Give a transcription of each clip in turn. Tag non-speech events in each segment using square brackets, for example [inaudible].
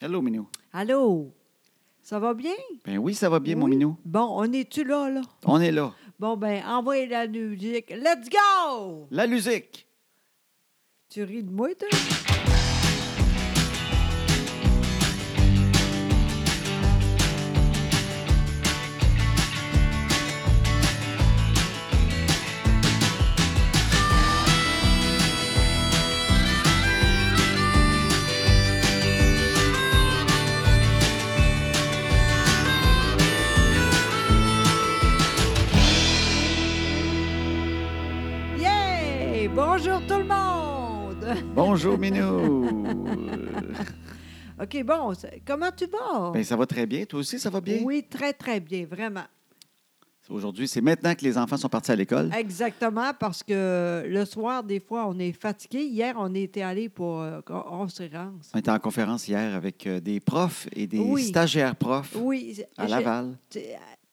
Hello, Minou. Allô? Ça va bien? Ben oui, ça va bien, mon Minou. Bon, on est-tu là, là? On est [laughs] là. Bon, ben, envoyez la musique. Let's go! La musique. Tu ris de moi, toi? Yeah! Bonjour tout le monde! Bonjour, Minou. [laughs] OK, bon, c'est- comment tu vas? Ben ça va très bien. Toi aussi, ça va bien? Oui, très, très bien, vraiment. Aujourd'hui, c'est maintenant que les enfants sont partis à l'école. Exactement, parce que le soir, des fois, on est fatigué. Hier, on était allé pour euh, on se rance. On était en conférence hier avec euh, des profs et des Oui. stagiaires profs Oui. à j'ai- Laval. tu-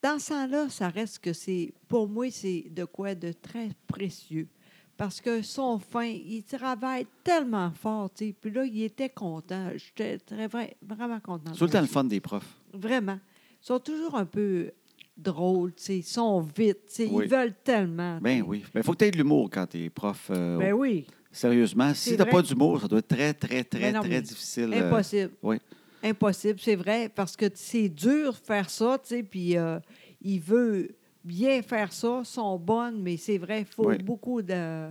Dans ce temps-là, ça reste que c'est, pour moi, c'est de quoi de très précieux. Parce que son fin, il travaille tellement fort, tu sais. Puis là, il était content. J'étais très, vrai- vraiment content. C'est tout le temps le fun des profs. Vraiment. Ils sont toujours un peu drôles, tu sais. Ils sont vite, tu sais. Oui. Ils veulent tellement. tu Ben sais. oui. Il faut que tu aies de l'humour quand tu es prof. euh, Ben oui. Sérieusement, si C'est tu n'as vrai. pas d'humour, ça doit être très, très, très, Ben non, très mais difficile. euh, Impossible. oui. Impossible, c'est vrai, parce que c'est dur faire ça, tu sais, puis euh, il veut bien faire ça, sont bonnes, mais c'est vrai, il faut Oui. beaucoup de...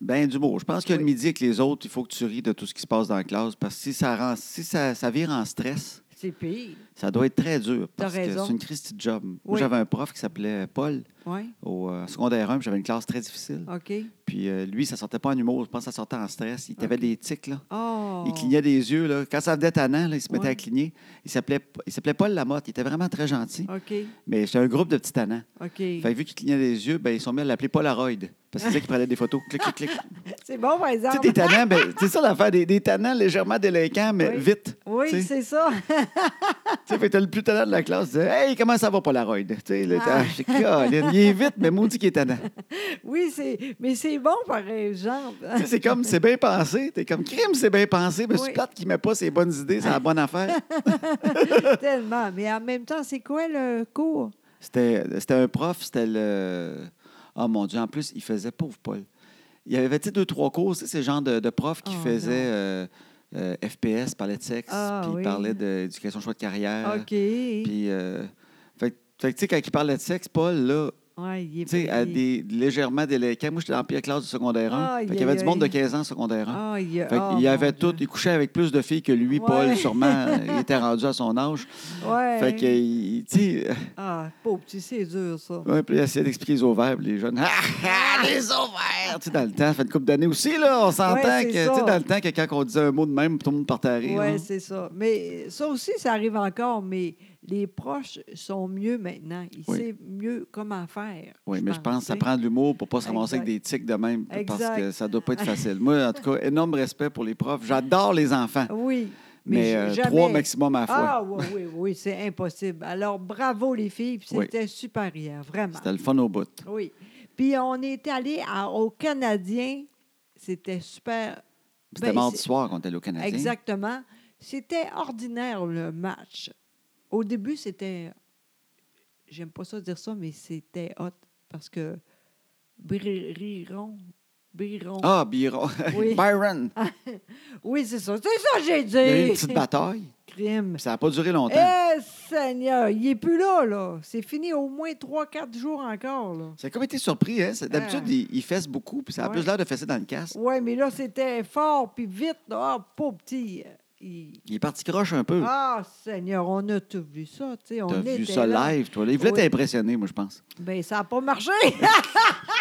Ben d'humour. Je pense que le Oui. midi avec les autres, il faut que tu ris de tout ce qui se passe dans la classe parce que si ça, rend, si ça, ça vire en stress, C'est pire, ça doit être très dur T'as parce que raison. c'est une Christie de job. Moi, Oui. j'avais un prof qui s'appelait Paul oui, au euh, secondaire 1, puis j'avais une classe très difficile. OK. Puis euh, lui, ça sortait pas en humour, je pense que ça sortait en stress. Il avait des tics, là. Oh! Il clignait des yeux, là. Quand ça venait tannant, là, il se mettait Ouais. à cligner. Il s'appelait il s'appelait Paul Lamotte. Il était vraiment très gentil, OK, mais c'était un groupe de petits tannants. Fait Ah. OK. que vu qu'il clignait des yeux, ben, ils sont mis à l'appeler Polaroid. Parce [laughs] qu'il disait qu'il prenait des photos. Clic, clic, clic. C'est bon, Tu par sais, exemple. des tannants, ben, c'est ça l'affaire, des, des tannants légèrement délinquants, mais Oui. vite. Oui, tu sais. c'est ça. Tu sais, fait que t'as le plus tannant de la classe, tu dis, Hey, comment ça va, Polaroid? Tu sais, là, Ah. t'as- Colin, il est vite, mais maudit qu'il est tannant. Oui, c'est... Mais c'est bon, par [laughs] exemple. Tu sais, c'est comme, c'est bien pensé. T'es comme, crime, c'est bien pensé, mais Oui. c'est plate qu'il met pas ses bonnes idées, c'est la bonne affaire. Tellement. Mais en même temps, c'est quoi le cours? C'était c'était un prof, c'était le. Oh mon Dieu, en plus, il faisait pauvre Paul. Il y avait tu sais, deux, trois cours, tu sais, ces genres de, de profs qui Oh, faisaient euh, euh, FPS, parlait de sexe, Ah, puis oui. parlait d'éducation, choix de carrière. OK. Puis, euh, fait, que- fait que, tu sais, quand il parlait de sexe, Paul, là, Ouais, il est tu sais, à payé. des légèrement déléqués. Moi, j'étais en pire classe du secondaire 1. Aïe, fait qu'il y avait aïe, du monde de aïe. 15 ans au secondaire 1. Ah, il y a- Fait qu'il oh, y mon avait Dieu. tout, il couchait avec plus de filles que lui, Ouais. Paul, [laughs] sûrement. il était rendu à son âge. Ouais. Fait que, il- tu sais, euh, Ah, pauvre petit, c'est dur, ça. Ouais, puis il essayait d'expliquer les ovaires, puis les jeunes. Ah, ah, les ovaires! Tu sais, dans le temps, ça fait une couple d'années aussi, là, on s'entend Ouais, que, c'est tu sais, ça. dans le temps, que quand on disait un mot de même, tout le monde partait à rire. Oui, là. c'est ça. Mais ça aussi, ça arrive encore, mais les proches sont mieux maintenant. Ils Oui. savent mieux comment faire. Oui, mais je pense que ça tu sais. prend de l'humour pour pas se ramasser avec Exact. des tics de même, parce que Exact. ça doit pas [laughs] être facile. Moi, en tout cas, énorme respect pour les profs. J'adore les enfants, Oui. mais, j- euh, jamais- trois maximum à la fois. Ah, oui, oui, oui, c'est impossible. Alors, bravo les filles, puis Oui. c'était super hier, vraiment. C'était le fun au bout. Oui. Puis on est allé à- au Canadien, c'était super. C'était Ben, mardi c'est- soir quand on était allé au Canadien. Exactement. C'était ordinaire le match. Au début, c'était. J'aime pas ça dire ça, mais c'était hot parce que Briron. Briron. Ah, Byron. [laughs] Oui. Byron. Oui, c'est ça. C'est ça, que j'ai Il y a eu une dit. petite bataille, Crime. puis ça n'a pas duré longtemps. Eh, Seigneur, il est plus là, là. C'est fini au moins 3-4 jours encore, là. Ça a comme été surpris, hein? C'est- D'habitude, Ah. il, il fesse beaucoup, puis ça a Ouais. plus l'air de fesser dans le casque. Oui, mais là, c'était fort, puis vite. Ah, pauvre petit. il- Il est parti croche un peu. Ah, Seigneur, on a tout vu ça, tu sais. on Hmm. T'as vu était ça là. live, toi. Là. Il voulait Oui. t'impressionner, moi, je pense. Ben, ça n'a pas marché. [laughs]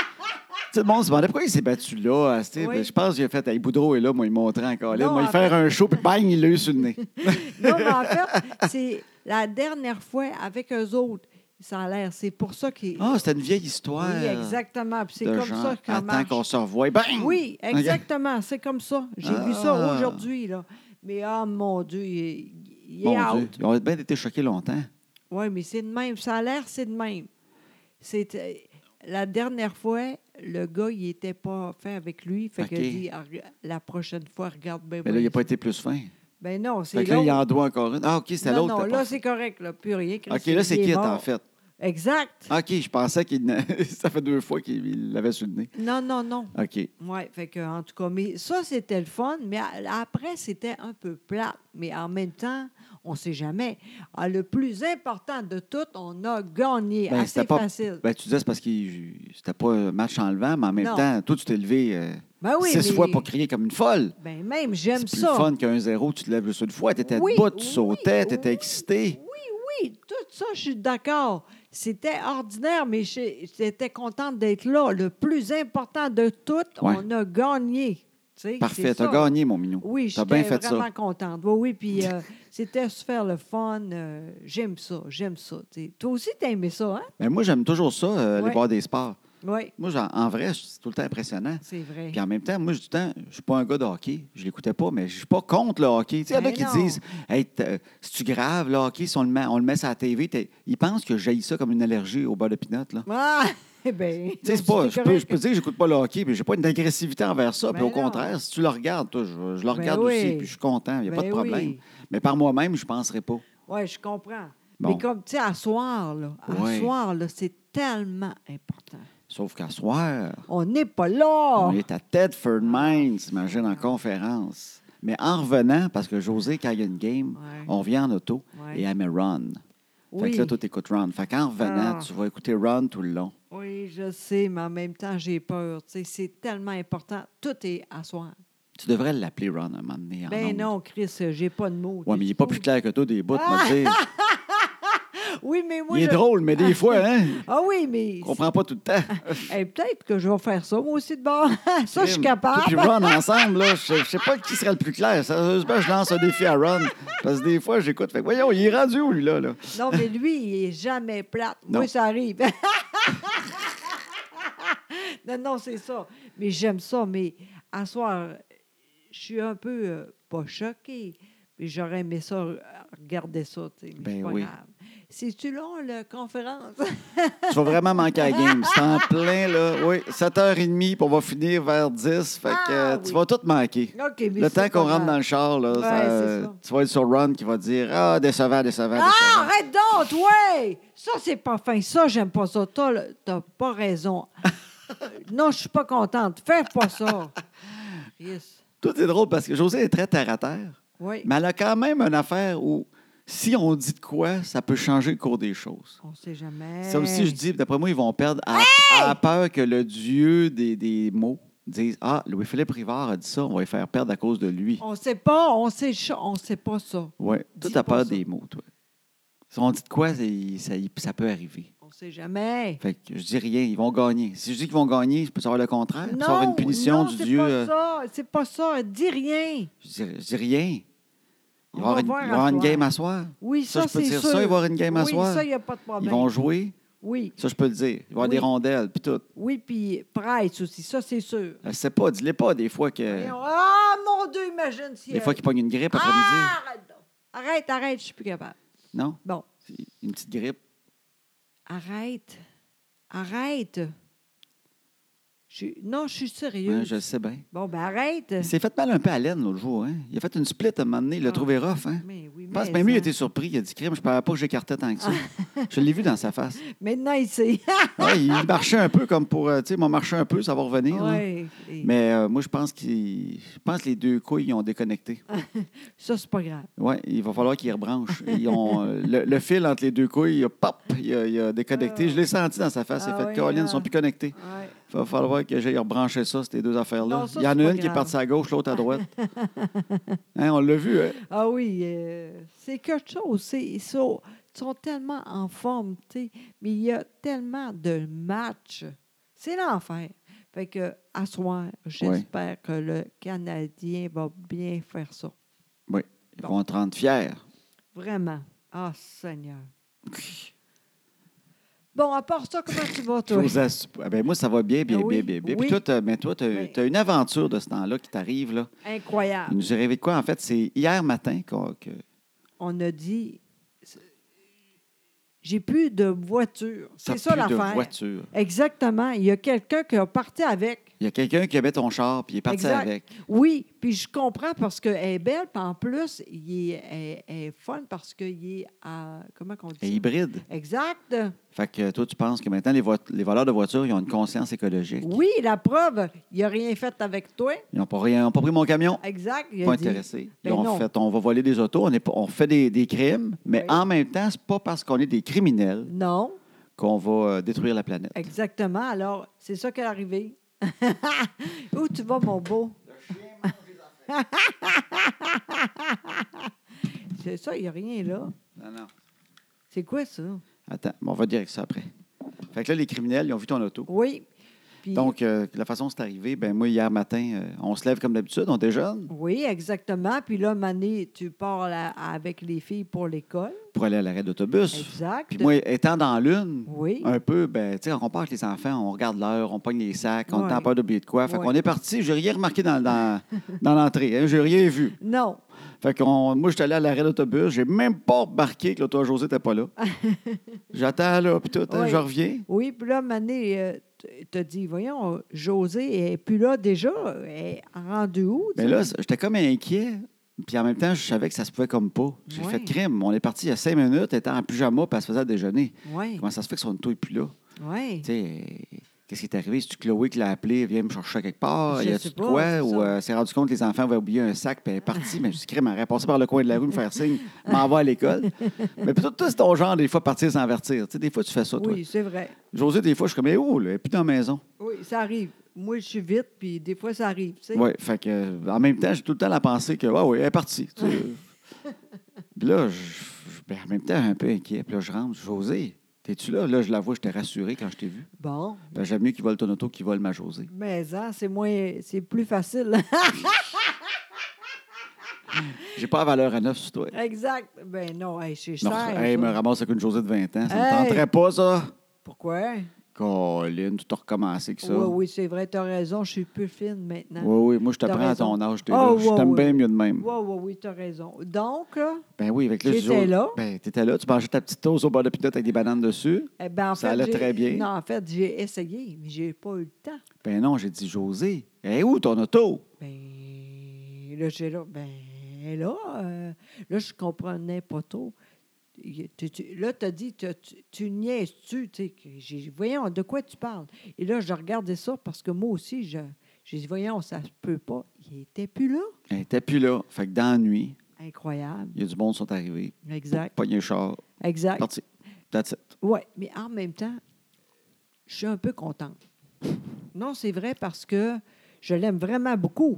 Tout le monde se demandait pourquoi il s'est battu là. à ce- tu sais, Oui. ben, je pense qu'il a fait. Hey, Boudreau est là, moi, il montrait encore. Là, Non, moi, il en faire un show, puis bang, il l'a eu sur le nez. [laughs] non, mais en fait, c'est la dernière fois avec eux autres, ça a l'air. C'est pour ça qu'ils. Ah, c'était une vieille histoire. oui, exactement. Puis c'est de comme genre, ça qu'on Attends marche. qu'on se revoie. Bang! Oui, OK. exactement. C'est comme ça. J'ai vu Ah. ça aujourd'hui, là. Mais ah, mon Dieu, il est, il est Mon Dieu, out. on a bien été choqués longtemps. Oui, mais c'est de même. Ça a l'air, c'est de même. C'est, euh, la dernière fois, le gars, il n'était pas fin avec lui. Fait OK. qu'il a dit, Ah, rega- la prochaine fois, regarde bien. Mais là, il n'a pas été plus fin. Ben non, Fait c'est que là, il l'autre. en doit encore une. Ah, OK, c'était Non, l'autre. non, t'as là, pas- c'est correct, là. Plus rien. Chris, OK, là, c'est il est Kit, mort. en fait. Exact. OK, je pensais qu'il. n'a- [laughs] ça fait deux fois qu'il l'avait sur le nez. Non, non, non. OK. Oui, fait que, en tout cas, mais ça, c'était le fun, mais a- après, c'était un peu plat. Mais en même temps, on ne sait jamais. Ah, le plus important de tout, on a gagné. Ben, assez c'était pas- facile. Ben, tu disais, c'est parce que c'était pas un match enlevant, mais en même Non. temps, toi, tu t'es levé euh, Ben oui, six mais- fois pour crier comme une folle. Ben, même, j'aime C'est plus ça. fun qu'un zéro, tu te lèves juste une fois. Tu étais Oui, debout, tu oui, sautais, tu étais oui. excité. Oui, oui, tout ça, je suis d'accord. C'était ordinaire, mais j'ai- j'étais contente d'être là. Le plus important de tout, on a gagné. Tu sais, Parfait, c'est t'as ça. gagné, mon minou. Oui, T'as bien j'étais fait vraiment ça. contente. Oui, oui, puis euh, c'était super le fun. euh, j'aime ça, j'aime ça. tu sais. Toi aussi, t'as aimé ça, hein? Ben, moi, j'aime toujours ça, euh, aller Ouais. voir des sports. Oui, Moi, j'en- en vrai, c'est tout le temps impressionnant. c'est vrai. Puis en même temps, moi, du temps, je suis pas un gars de hockey. Je l'écoutais pas, mais je suis pas contre le hockey. Tu sais, il y en a Ben qui non. disent Hey, t'as- c'est-tu grave le hockey si on le met, on le met sur la TV? T'es- Ils pensent que j'ai ça comme une allergie au bas de pinot, là. Ah, eh ben, Tu sais, c'est pas, je, peux, correct. je peux dire que j'écoute pas le hockey, mais j'ai pas une agressivité envers ça. Ben puis au non. contraire, si tu le regardes, toi, je, je le Ben regarde aussi, oui. puis je suis content, il n'y a pas de Ben problème. oui. Mais par moi-même, je penserais pas. Oui, je comprends. Bon. Mais comme, tu sais, à soir, là, à Ouais. soir, là, c'est tellement important. Sauf qu'à soir, On n'est pas là! on est à Tedford Mines, imagine, en conférence. Mais en revenant, parce que José, quand il y a une game, Ouais. on vient en auto Ouais. et elle met Ron. Fait que Oui. là, toi, t'écoutes Ron. Fait qu'en revenant, Ah. tu vas écouter Ron tout le long. Oui, je sais, mais en même temps, j'ai peur. Tu sais, c'est tellement important. Tout est à soir. Tu devrais l'appeler Ron à un moment donné. en Ben ondes. non, Chris, euh, j'ai pas de mots. Ah Ouais, mais il n'est pas du plus tout. clair que toi des bouts, me dire. Oui, mais Ah! [laughs] moi. Il est je- drôle, mais des [laughs] fois, hein? Ah oui, mais. On comprend pas tout le temps. Eh, Peut-être que je vais faire ça, moi aussi, de bord. [laughs] ça, je suis Toi Puis capable. [laughs] Ron ensemble, là, je, je sais pas qui serait le plus clair. Sérieusement, je lance un défi à Ron. Parce que des fois, j'écoute. Fait que voyons, il est rendu où, lui, là? là? Non, mais lui, il est jamais plate. Non. Moi, ça arrive. [laughs] non, non, c'est ça. Mais j'aime ça. Mais à soir, je suis un peu euh, pas choquée. Mais j'aurais aimé ça, euh, regarder ça. tu sais, mais Ben c'est pas oui. grave. C'est-tu long, la conférence? [laughs] Tu vas vraiment manquer la game. C'est en plein, là. Oui, 7h30, puis on va finir vers 10. Fait que Ah, euh, tu oui. vas tout manquer. OK, mais le c'est temps pas qu'on rentre grave. dans le char, là, Ouais, ça- euh, c'est ça. tu vas être sur Ron qui va dire Ah, décevant, décevant, décevant. Ah, arrête donc, ouais! Ça, c'est pas fin. Ça, j'aime pas ça. T'as, le- t'as pas [laughs] raison. non, je suis pas contente. Fais [laughs] pas ça. Yes. Tout est drôle parce que José est très terre à terre, Oui. mais elle a quand même une affaire où si on dit de quoi, ça peut changer le cours des choses. On sait jamais. C'est comme si je dis, d'après moi, ils vont perdre à, à peur que le dieu des, des mots dise Ah, Louis-Philippe Rivard a dit ça, on va les faire perdre à cause de lui. On sait pas, on sait, cha- on sait pas ça. Ouais, toi, Dis t'as pas peur ça. des mots, toi. Si on dit de quoi, c'est- ça, ça peut arriver. On sait jamais. Fait que je dis rien, ils vont gagner. Si je dis qu'ils vont gagner, je peux savoir le contraire. je peux Non, savoir une punition non, du c'est dieu. pas euh, ça. C'est pas ça. Dis rien. Je dis, je dis rien. On Il va y avoir va une, voir il va à y avoir une soir. game à soir. Oui, Ça, ça, je peux c'est dire sûr. ça, il va y avoir une game à oui, soir. ça, il n'y a pas de Ils problème. vont jouer. Oui, Ça, je peux le dire. Il va y avoir Oui. des rondelles, puis tout. oui, puis Price aussi, ça, c'est sûr. Je sais pas, dis-le pas des fois que. Et on- Ah, mon Dieu, imagine si... Euh. Des elle- fois qu'ils pognent une grippe après-midi. Ah, arrête donc. Arrête, arrête, je suis plus capable. Non? Bon, Une petite grippe. arrête. Arrête. Je... suis- Non, je suis sérieux. Ouais, hein, je le sais bien. Bon, ben arrête. Il s'est fait mal un peu à l'aine l'autre jour. Hein? Il a fait une split à un moment donné. Il l'a Ah. trouvé rough. Hein? Mais oui, Je pense mais même lui, il ça. Ah. était surpris. Il a dit crime, je ne pas que j'écartais tant que ça. je l'ai vu dans sa face. Maintenant, il sait. Ouais, il marchait un peu comme pour. euh, Tu sais, il m'a marché un peu, ça va revenir. là. Ouais, et- Mais euh, moi, je pense qu'il. Je pense que les deux couilles ils ont déconnecté. Ah. Ça, c'est pas grave. Oui, il va falloir qu'ils rebranchent. Ils ont, euh, le, le fil entre les deux couilles, il a, pop, il a, il a déconnecté. Je l'ai senti dans sa face. Il a Ah fait oui, Caroline, ils ne ah. sont plus connectés. Ouais. Il va falloir que j'aille rebrancher ça, ces deux affaires-là. Non, ça, Il y en c'est a pas une qui est grave. partie à gauche, l'autre à [laughs] droite. Hein, on l'a vu, hein? Ah oui, euh, c'est quelque chose. c'est- Ils sont, ils sont tellement en forme, tu sais, mais il y a tellement de matchs. C'est l'enfer. Fait que, à soir, j'espère que le Canadien va bien faire ça. Ils Bon. vont te rendre fiers. Vraiment. Ah, Seigneur. Bon, à part ça, comment tu vas, toi? Chose à sup- Ah ben moi, ça va bien, bien, Ah oui, bien, bien, bien. Puis oui. Ben. toi, t'as- mais toi, tu as, Oui. une aventure de ce temps-là qui t'arrive. là. Il Incroyable. nous est rêvé de quoi? En fait, c'est hier matin qu'on- que. On a dit, j'ai plus de voiture. t'as C'est ça plus de l'affaire. voiture. Exactement. Il y a quelqu'un qui a parti avec. Il y a quelqu'un qui avait ton char, puis il est parti Exact. avec. Oui, puis je comprends parce qu'elle est belle, puis en plus, il est, elle, elle est fun parce qu'il est à. Comment qu'on dit? Et ça? hybride. Exact. Fait que toi, tu penses que maintenant, les, vo- les voleurs de voitures, ils ont une conscience écologique. Oui, la preuve, il n'a rien fait avec toi. Ils n'ont pas, rien- ils ont pas pris mon camion. Exact. Il a Pas dit- intéressés. Ils Ben ont non. fait, on va voler des autos, on, est, pas- on fait des, des crimes, mais Oui. en même temps, c'est pas parce qu'on est des criminels Non, qu'on va euh, détruire la planète. exactement. Alors, c'est ça qui est arrivé. [laughs] Où tu vas, mon beau? [laughs] c'est ça, il n'y a rien là. Non, non. C'est quoi ça? Attends, mais on va dire ça après. Fait que là, les criminels, ils ont vu ton auto. Oui. Puis- Donc, euh, la façon dont c'est arrivé, ben moi, hier matin, euh, on se lève comme d'habitude, on déjeune Oui, exactement. Puis là, Mané, tu pars là- avec les filles pour l'école. pour aller à l'arrêt d'autobus. Exact. Puis moi, étant dans l'une, oui. un peu, ben, tu sais, quand on part avec les enfants, on regarde l'heure, on pogne les sacs, on Ouais. est en peur d'oublier de quoi. Fait Ouais. qu'on est parti, j'ai rien remarqué dans, dans, dans l'entrée, hein, j'ai rien vu. Non. Fait que moi, j'étais allé à l'arrêt d'autobus, j'ai même pas remarqué que l'auto à José n'était pas [laughs] là. J'attends là, puis tout, hein, Ouais. je reviens. Oui, puis là, Mané, euh, t- t'as dit, voyons, José est plus là déjà. Elle est rendue où? Mais tu Ben là, sais? c- j'étais comme inquiet. Puis en même temps, je savais que ça se pouvait comme pas. J'ai Ouais. fait crime. On est parti il y a cinq minutes, elle était en pyjama, puis elle se faisait à déjeuner. Oui, Comment ça se fait que son auto n'est plus là? oui. Tu sais, euh, qu'est-ce qui est arrivé? C'est-tu Chloé qui l'a appelé, viens me chercher quelque part? Je Y sais a-tu de pas, quoi? c'est Ou ça. euh, elle s'est rendu compte que les enfants avaient oublié un sac, puis elle est partie. Mais je me suis dit, crime, elle aurait passé par le coin de la rue, me faire signe, m'en va à l'école. Mais plutôt, toi, c'est ton genre, des fois, partir sans avertir. Tu sais, des fois, tu fais ça, toi. Oui, c'est vrai. José, des fois, je suis comme, mais où, là? Elle est plus dans la maison. Oui, ça arrive. Moi, je suis vite, puis des fois, ça arrive. tu sais. Oui, fait que, euh, en même temps, j'ai tout le temps la pensée que, ouais, ouais, elle est partie. tu sais. [laughs] puis là, je, je- ben, en même temps, un peu inquiet. Puis là, je rentre, José, t'es-tu là? Là, je la vois, j'étais rassuré quand je t'ai vu. Bon, Ben, J'aime mieux qu'il vole ton auto qu'il vole ma José. mais hein, c'est moins, c'est plus facile. [laughs] J'ai pas la valeur à neuf sur toi. exact. Ben non, hey, c'est Non, cher. hey, ça. me ramasse avec une Josée de 20 ans. Ça Hey! me tenterait pas, ça. Pourquoi? Colin, tout a recommencé que ça. Oui, oui, c'est vrai, t'as raison, je suis plus fine maintenant. Oui, oui, moi, je te T'as prends à raison. ton âge. t'es Ah, là. je ouais, t'aime ouais. bien mieux de même. Oui, oui, oui, t'as raison. Donc, euh, là, Ben oui, avec le J'étais José- là. Ben, t'étais là, tu mangeais ta petite toast au bord de pinotte avec des bananes dessus. eh ben, en Ça fait, allait j'ai- très bien. Non, en fait, j'ai essayé, mais j'ai pas eu le temps. Ben non, j'ai dit, José, hé, où ton auto? Ben, là, j'ai là, ben, là, euh, là, je comprenais pas trop. Il- tu- tu- là, tu as dit, tu, tu, tu niaises-tu, tu sais, que j'ai- voyons, de quoi tu parles? Et là, je regardais ça parce que moi aussi, je, j'ai dit, voyons, ça se peut pas. Il était plus là. Elle était plus là. Fait que dans la nuit, Incroyable. il y a du monde qui sont arrivés. Exact. Pogné le char, Exact. parti. That's it. Oui, mais en même temps, je suis un peu contente. Non, c'est vrai parce que je l'aime vraiment beaucoup.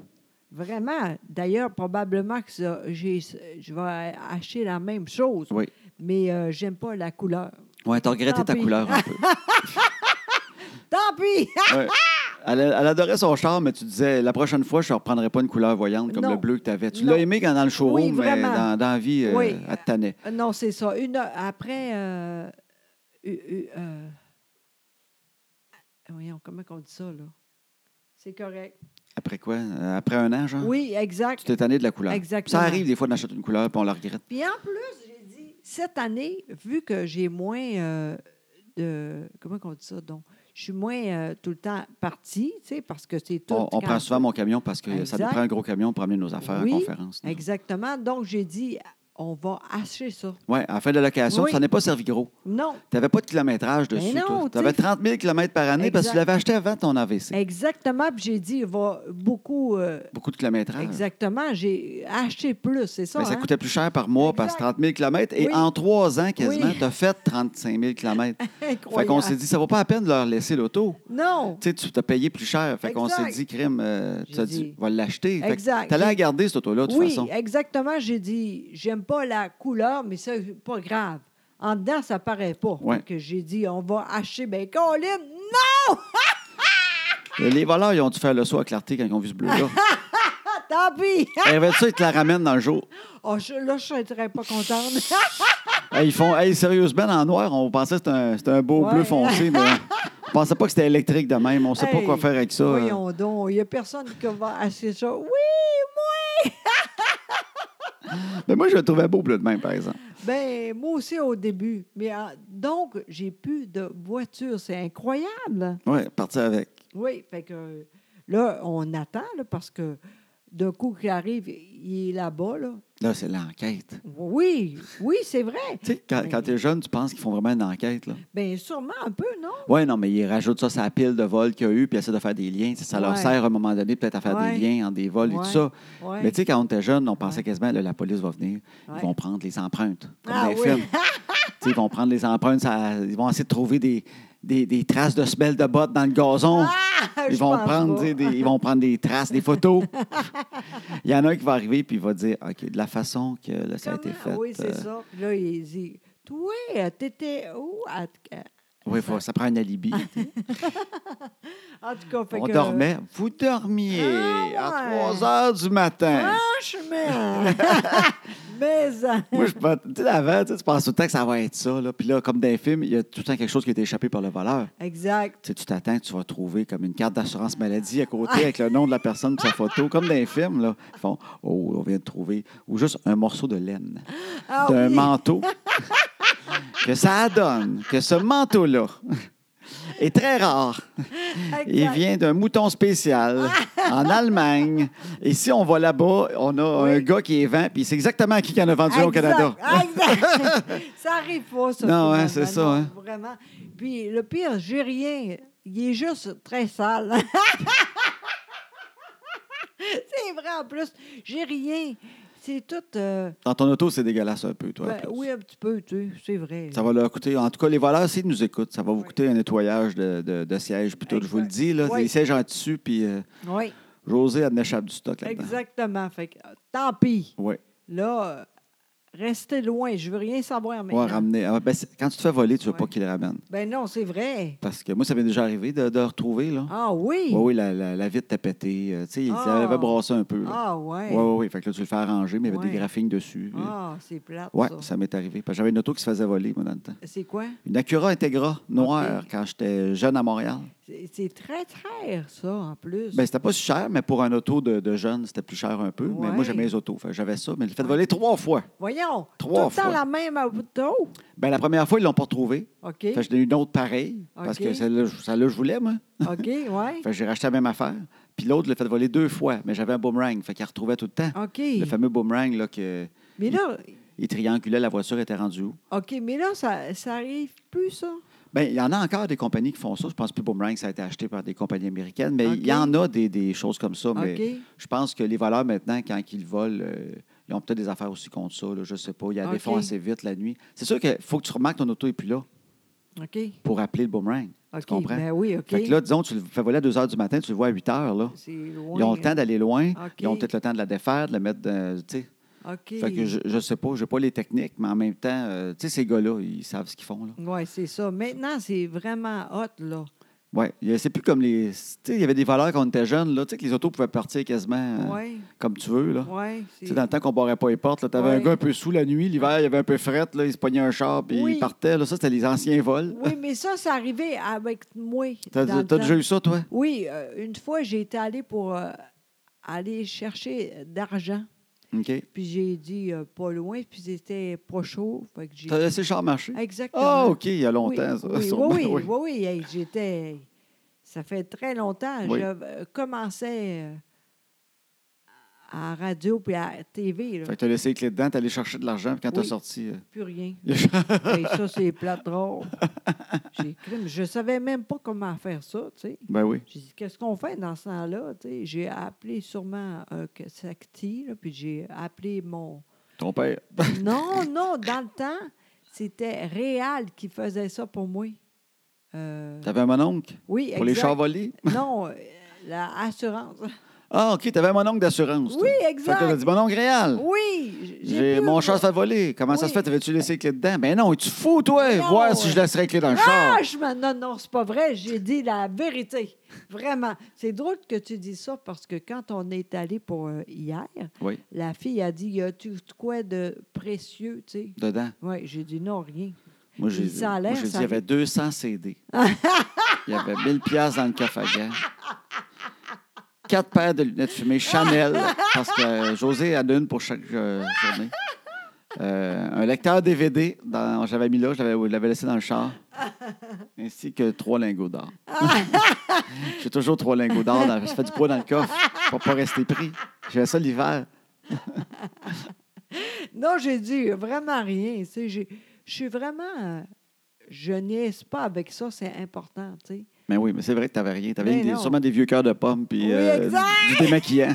Vraiment. D'ailleurs, probablement que ça- j'ai- je vais acheter la même chose. Oui. Mais euh, j'aime pas la couleur. Ouais, t'as regretté Tant ta pis. couleur hein. [laughs] un peu. Tant pis! Ouais. [laughs] Elle, elle adorait son char, mais tu disais, la prochaine fois, je ne reprendrai pas une couleur voyante comme Non. le bleu que tu avais. Tu Non. l'as aimé quand dans le showroom, Oui, mais vraiment. dans, dans la vie, euh, Oui. elle te tannait. Euh, Non, c'est ça. Une heure après. euh, euh, euh, euh, voyons, comment on dit ça, là? C'est correct. Après quoi? Euh, Après un an, genre? Oui, exact. Tu t'es tanné de la couleur. Exactement. Ça arrive des fois d'achète une couleur, puis on la regrette. Puis en plus, j'ai dit, cette année, vu que j'ai moins euh, de. Comment on dit ça donc? Je suis moins euh, tout le temps partie, tu sais, parce que c'est tout. On, on quand- prend souvent mon camion parce que ça nous Exact. prend un gros camion pour amener nos affaires Oui, en conférence. Exactement. Donc, j'ai dit, on va acheter ça. Oui, à la fin de la location, Oui. ça n'est pas servi gros. Non, Tu n'avais pas de kilométrage dessus. non, toi. tu Tu avais sais. 30 000 km par année parce que tu Exact. l'avais acheté avant ton AVC. exactement. Puis j'ai dit, il va beaucoup. euh, Beaucoup de kilométrage. exactement. J'ai acheté plus, c'est ça. Ah. Mais ça hein? [laughs] coûtait plus cher par mois parce que 30 Exact. 000 km et Oui. en trois ans quasiment, Oui. tu as fait 35 000 [laughs] km. fait qu'on Incroyable. s'est dit, ça vaut pas la peine de leur laisser l'auto. Non. Tu sais, tu t'as payé plus cher. Fait qu'on Exact. s'est dit, crime, euh, J'ai tu as dit- dit, va l'acheter. Fait que Exact. t'allais J'ai- la garder, cette auto-là, de toute Oui, façon. exactement. J'ai dit, j'aime pas la couleur, mais ça, c'est pas grave. En dedans, ça paraît pas. Ouais. Fait que j'ai dit, on va acheter. Ben, Colin, non! Euh, Les voleurs, ils ont dû faire le saut à clarté quand ils ont vu ce [laughs] bleu-là. Tant pis! Rêvaient de ça, ils te la ramènent dans le jour. [laughs] Oh, je- là, je serais pas contente. [laughs] Hey, Eh, ils font, hey, sérieusement, en noir, on pensait que c'était un, c'était un beau Ouais. bleu foncé, [laughs] mais on pensait pas que c'était électrique de même. On sait pas Hey, quoi faire avec ça. hein. Voyons donc, il n'y a personne qui va acheter ça. Oui, Mais moi, je le trouvais beau bleu de même, par exemple. ben moi aussi au début. Mais ah, donc, j'ai plus de voiture. C'est incroyable. Oui, partir avec. Oui, fait que Là, on attend, là, parce que d'un coup qu'il arrive, il est là-bas, là. Là, c'est l'enquête. Oui, oui, c'est vrai. Tu sais, quand, Ben quand t'es jeune, tu penses qu'ils font vraiment une enquête, là. Bien, Ben, sûrement un peu, non? Oui, non, mais ils rajoutent ça sur la pile de vols qu'il y a eu, puis ils essaient de faire des liens. Ça leur Ouais. sert à un moment donné peut-être à faire Ouais. des liens entre des vols et Ouais. tout ça. Ouais. Mais tu sais, quand on était jeune, on pensait Ouais. quasiment, là, la police va venir, Ouais. ils vont prendre les empreintes, comme Ah dans les oui. films. Tu sais, ils vont prendre les empreintes, ça- ils vont essayer de trouver des, des, des traces de semelles de bottes dans le gazon. [laughs] Ah, Ils je vont, pense prendre, pas. tu sais, des, ils vont prendre des traces, des [laughs] photos. il y en a un qui va arriver puis il va dire OK, de la façon que là, ça a été Comment? fait. Oui, c'est euh, ça. Puis là, il dit Toi, t'étais où à- à- oui, faut- ça prend un [laughs] alibi. En tout cas, fait On que- dormait. Vous dormiez Ah ouais. Ah. à 3 heures du matin. Franchement! [laughs] Mais. hein, Moi, je pense- tu sais, avant, tu sais, tu penses tout le temps que ça va être ça. Là. Puis là, comme dans les films, il y a tout le temps quelque chose qui a été échappé par le voleur. Exact. Tu sais, tu t'attends que tu vas trouver comme une carte d'assurance maladie à Ah. côté avec le nom de la personne et sa photo, comme dans les films. Là. Ils font Oh, on vient de trouver. Ou juste un morceau de laine, Ah d'un oui. manteau. que ça donne que ce [laughs] manteau-là est très rare. Il Exact. vient d'un mouton [laughs] spécial en Allemagne. Et si on va là-bas, on a Oui. un gars qui est vend, puis c'est exactement à qui qu'il en a vendu un au Exact, Canada. exact. [laughs] ça arrive pas, ça. Non, hein, finalement, c'est ça, non, hein. Vraiment. Puis le pire, j'ai rien. Il est juste très sale. [laughs] c'est vrai, en plus. J'ai rien. C'est tout. euh, Dans ton auto, c'est dégueulasse un peu, toi. en ben, plus. oui, un petit peu, tu sais, c'est vrai. Ça va leur coûter. En tout cas, les voleurs, s'ils nous écoutent, ça va vous coûter un nettoyage de, de, de sièges. Puis tout, je vous le dis, là, Oui. les sièges en tissu, puis euh, Oui, José, elle échappe du stock là-dedans. exactement. Fait que, euh, tant pis. Oui. Là, euh, restez loin. Je veux rien savoir Ouais, maintenant. ramener. Ah, ben, c'est- quand tu te fais voler, tu veux Ouais. pas qu'ils le ramènent. Ben non, c'est vrai. Parce que moi, ça m'est déjà arrivé de, de retrouver. Là. Ah oui? Oui, oui, la, la, la vitre t'a pété. euh, tu sais, ça Ah. avait brassé un peu. là. Ah ouais. Oui, oui, oui. Fait que là, tu le fais arranger, mais il y avait Ouais. des graphiques dessus. Ah, c'est plate, Oui, ça. ça m'est arrivé. Parce que j'avais une auto qui se faisait voler, moi, dans le temps. C'est quoi? Une Acura Integra noire quand j'étais jeune à Montréal. C'est c'est très très ça, en plus. Ben, c'était pas si cher, mais pour un auto de, de jeune, c'était plus cher un peu. Mais Ouais. moi, j'aimais les autos. Fait que j'avais ça. Mais le fait de Ouais. voler trois fois. Voyons, trois tout le temps fois. la même auto. Ben, la première fois, ils l'ont pas retrouvé. OK, Fait que j'en ai eu une autre pareille. Parce OK. que celle-là, je- celle-là, je voulais, moi. OK, ouais. [laughs] Fait que j'ai racheté la même affaire. Puis l'autre, je l'ai fait voler deux fois. Mais j'avais un boomerang. Fait qu'il la retrouvait tout le temps. OK. Le fameux boomerang, là, que Mais là, il triangulait, la voiture était rendue où? OK, mais là, ça, ça arrive plus, ça. Bien, Ben, il y en a encore des compagnies qui font ça. Je pense plus Boomerang, ça a été acheté par des compagnies américaines, mais il y OK. en a des, des choses comme ça. Ah, Mais OK. je pense que les voleurs, maintenant, quand ils volent, euh, ils ont peut-être des affaires aussi contre ça. Là, je sais pas. Ils la OK. défont assez vite la nuit. C'est sûr qu'il faut que tu remarques que ton auto n'est plus là OK. pour appeler le Boomerang. OK. Tu comprends? Ben oui, OK. Fait que là, disons, tu le fais voler à 2 h du matin, tu le vois à 8 h. Là. c'est loin. Ils ont le temps d'aller loin. OK. Ils ont peut-être le temps de la défaire, de la mettre dans. tu sais. hein. OK. Fait que je, je sais pas, j'ai pas les techniques, mais en même temps, euh, tu sais, ces gars-là, ils savent ce qu'ils font. Là. Oui, c'est ça. Maintenant, c'est vraiment hot, là. Oui, c'est plus comme les. Tu sais, il y avait des valeurs quand on était jeune, là, tu sais, que les autos pouvaient partir quasiment euh, Oui, comme tu veux, là. oui. Tu sais, Ah. dans le temps qu'on barrait pas les portes, tu avais un Ouais. gars un peu sous la nuit, l'hiver, il y avait un peu fret, là, il se pognait un char, puis Oui. il partait, là. Ça, c'était les anciens vols. Oui, mais ça, ça arrivait avec moi. T'as dans le t'as temps. déjà eu ça, toi? Oui, euh, une fois, j'ai été allée pour euh, aller chercher d'argent. OK. Puis j'ai dit euh, pas loin, puis c'était pas chaud. Fait que j'ai... T'as laissé le char marcher? Ah, Exactement. OK, il y a longtemps, oui, ça. Oui, sûrement, oui, oui. oui, oui, oui, hey, j'étais... Ça fait très longtemps. Oui. Je euh, commençais euh, à radio puis à TV, là. Fait que t'as laissé les clés dedans, t'es allé chercher de l'argent, puis quand t'as Oui. sorti. euh, [laughs] Plus rien. le char- Hey, ça, c'est plate drôle. J'ai cru, mais je savais même pas comment faire ça, tu sais. ben oui. J'ai dit, qu'est-ce qu'on fait dans ce temps-là? tu sais? J'ai appelé sûrement un Sacti, là, puis j'ai appelé mon, Ton père. Non, non, dans le temps, c'était Réal qui faisait ça pour moi. Euh, T'avais un mononcle? oui, exact. Pour les chars volés? Non, euh, la assurance. Ah, OK, t'avais un mononcle d'assurance. toi. Oui, Fait que là, t'as exact. dit mononcle réel. Oui, j'ai J'ai plus- mon char se fait voler. Comment ça Oui. se fait? T'avais-tu laissé les clés dedans? Ben non, tu fous, toi, Non. voir si je laisserais les clés dans le char. Ah, je me- Non, non, c'est pas vrai. J'ai dit la vérité. Vraiment. C'est drôle que tu dis ça parce que quand on est allé pour euh, hier, Oui, la fille a dit Y a-tu de quoi de précieux, tu sais dedans. Oui, j'ai dit non, rien. Moi, j'ai Puis ça a moi, l'air, j'ai dit, ça il y a- avait 200 CD. il y avait 1000 pièces dans le cafagan. Quatre paires de lunettes fumées Chanel, parce que euh, José en a une pour chaque euh, journée. Euh, un lecteur DVD, dans- j'avais mis là, je l'avais je l'avais laissé dans le char. ainsi que trois lingots d'or. [laughs] J'ai toujours trois lingots d'or. dans- Ça fait du poids dans le coffre pour pas rester pris. J'ai ça l'hiver. Non, j'ai dit vraiment rien. tu sais, j'ai- Je suis vraiment. euh, Je niaise pas avec ça, c'est important. tu sais. Mais oui, mais c'est vrai que t'avais rien. T'avais Mais des- non. sûrement des vieux cœurs de pommes puis Oui, euh, exact. du, du démaquillant.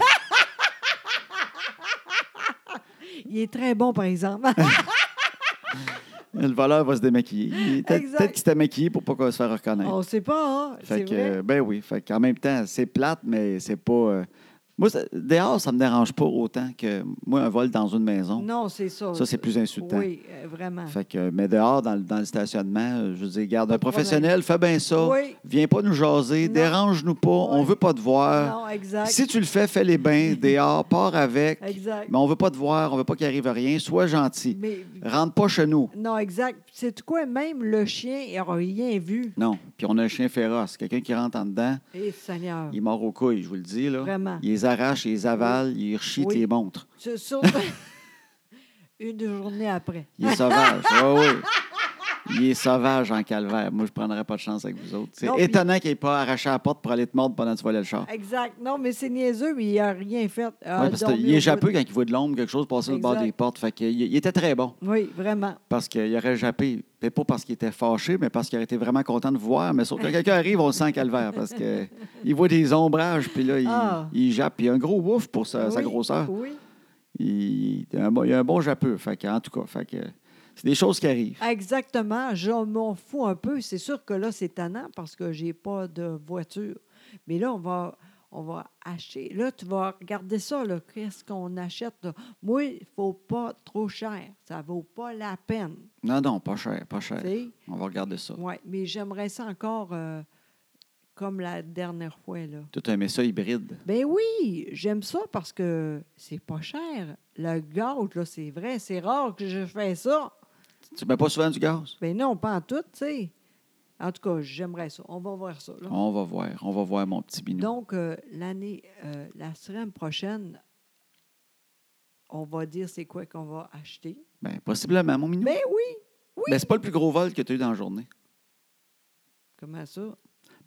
Il est très bon, par exemple. le voleur va se démaquiller. Il- peut- Exact. Peut-être qu'il s'était maquillé pour pas qu'on se faire reconnaître. [laughs] On ne sait pas, hein? Fait C'est que, vrai. euh, ben oui, fait en même temps, c'est plate, mais c'est pas. euh, Moi, ça- dehors, ça me dérange pas autant que moi, un vol dans une maison. Non, c'est ça. Ça, c'est plus insultant. Oui, euh, vraiment. Fait que, mais dehors, dans, le- dans le stationnement, euh, je veux dire, garde un problème. professionnel, fais bien ça. Oui. Viens pas nous jaser, Non. dérange-nous pas, on Oui. veut pas te voir. non, exact. Si tu le fais, fais-les [laughs] bien, dehors, pars avec. Exact. Mais on veut pas te voir, on veut pas qu'il arrive rien, sois gentil. Mais, Rentre pas chez nous. non, exact. C'est quoi? Même le chien n'a rien vu. Non. Puis on a un chien féroce. Quelqu'un qui rentre en dedans, Eh, Seigneur. il est mort aux couilles, je vous le dis. Là. Vraiment. Il les arrache, il les avale, il les rechie, Oui. il les montre. C'est surtout [laughs] une journée après. Il est sauvage. [laughs] Ah Oui, oui. Il est sauvage en calvaire. Moi, je ne prendrais pas de chance avec vous autres. C'est Non, puis- étonnant qu'il n'ait pas arraché la porte pour aller te mordre pendant que tu volais le char. Exact. Non, mais c'est niaiseux, mais il n'a rien fait. Ah, Oui, parce dormi qu'il au est jappeux bout. quand il voit de l'ombre, quelque chose passer sur le bord Exact. des portes. Fait qu'il il était très bon Oui, vraiment. parce qu'il aurait jappé. Mais pas parce qu'il était fâché, mais parce qu'il aurait été vraiment content de vous voir. Mais sauf que quand quelqu'un arrive, on le sent en calvaire parce [laughs] qu'il voit des ombrages, puis là, il, Ah. il jappe. Puis il a un gros ouf pour sa, Euh, sa Oui, grosseur. Oui. Il, il a un, bon- il a un bon jappeux. Fait que, en tout cas, fait que, c'est des choses qui arrivent. Ah, Exactement. Je m'en fous un peu. C'est sûr que là, c'est tannant parce que j'ai pas de voiture. Mais là, on va, on va acheter. Là, tu vas regarder ça. là. Qu'est-ce qu'on achète? là? Moi, il faut pas trop cher. Ça vaut pas la peine. Non, non, pas cher, pas tu cher. sais. On va regarder Ben, ça. Ouais, mais j'aimerais ça encore euh, comme la dernière fois. Là. Tout un ça hybride. Ben oui, j'aime ça parce que c'est pas cher. Le gaz, là, c'est vrai, c'est rare que je fais ça. Tu mets pas souvent du gaz? Ben non, pas en tout, tu sais. En tout cas, j'aimerais ça. On va voir ça. là. On va voir. On va voir, mon petit binou. Donc, euh, l'année, euh, la semaine prochaine, on va dire c'est quoi qu'on va acheter. Ben, possiblement, mon minou. Ben oui! oui. Ben, c'est pas le plus gros vol que tu as eu dans la journée. Comment ça?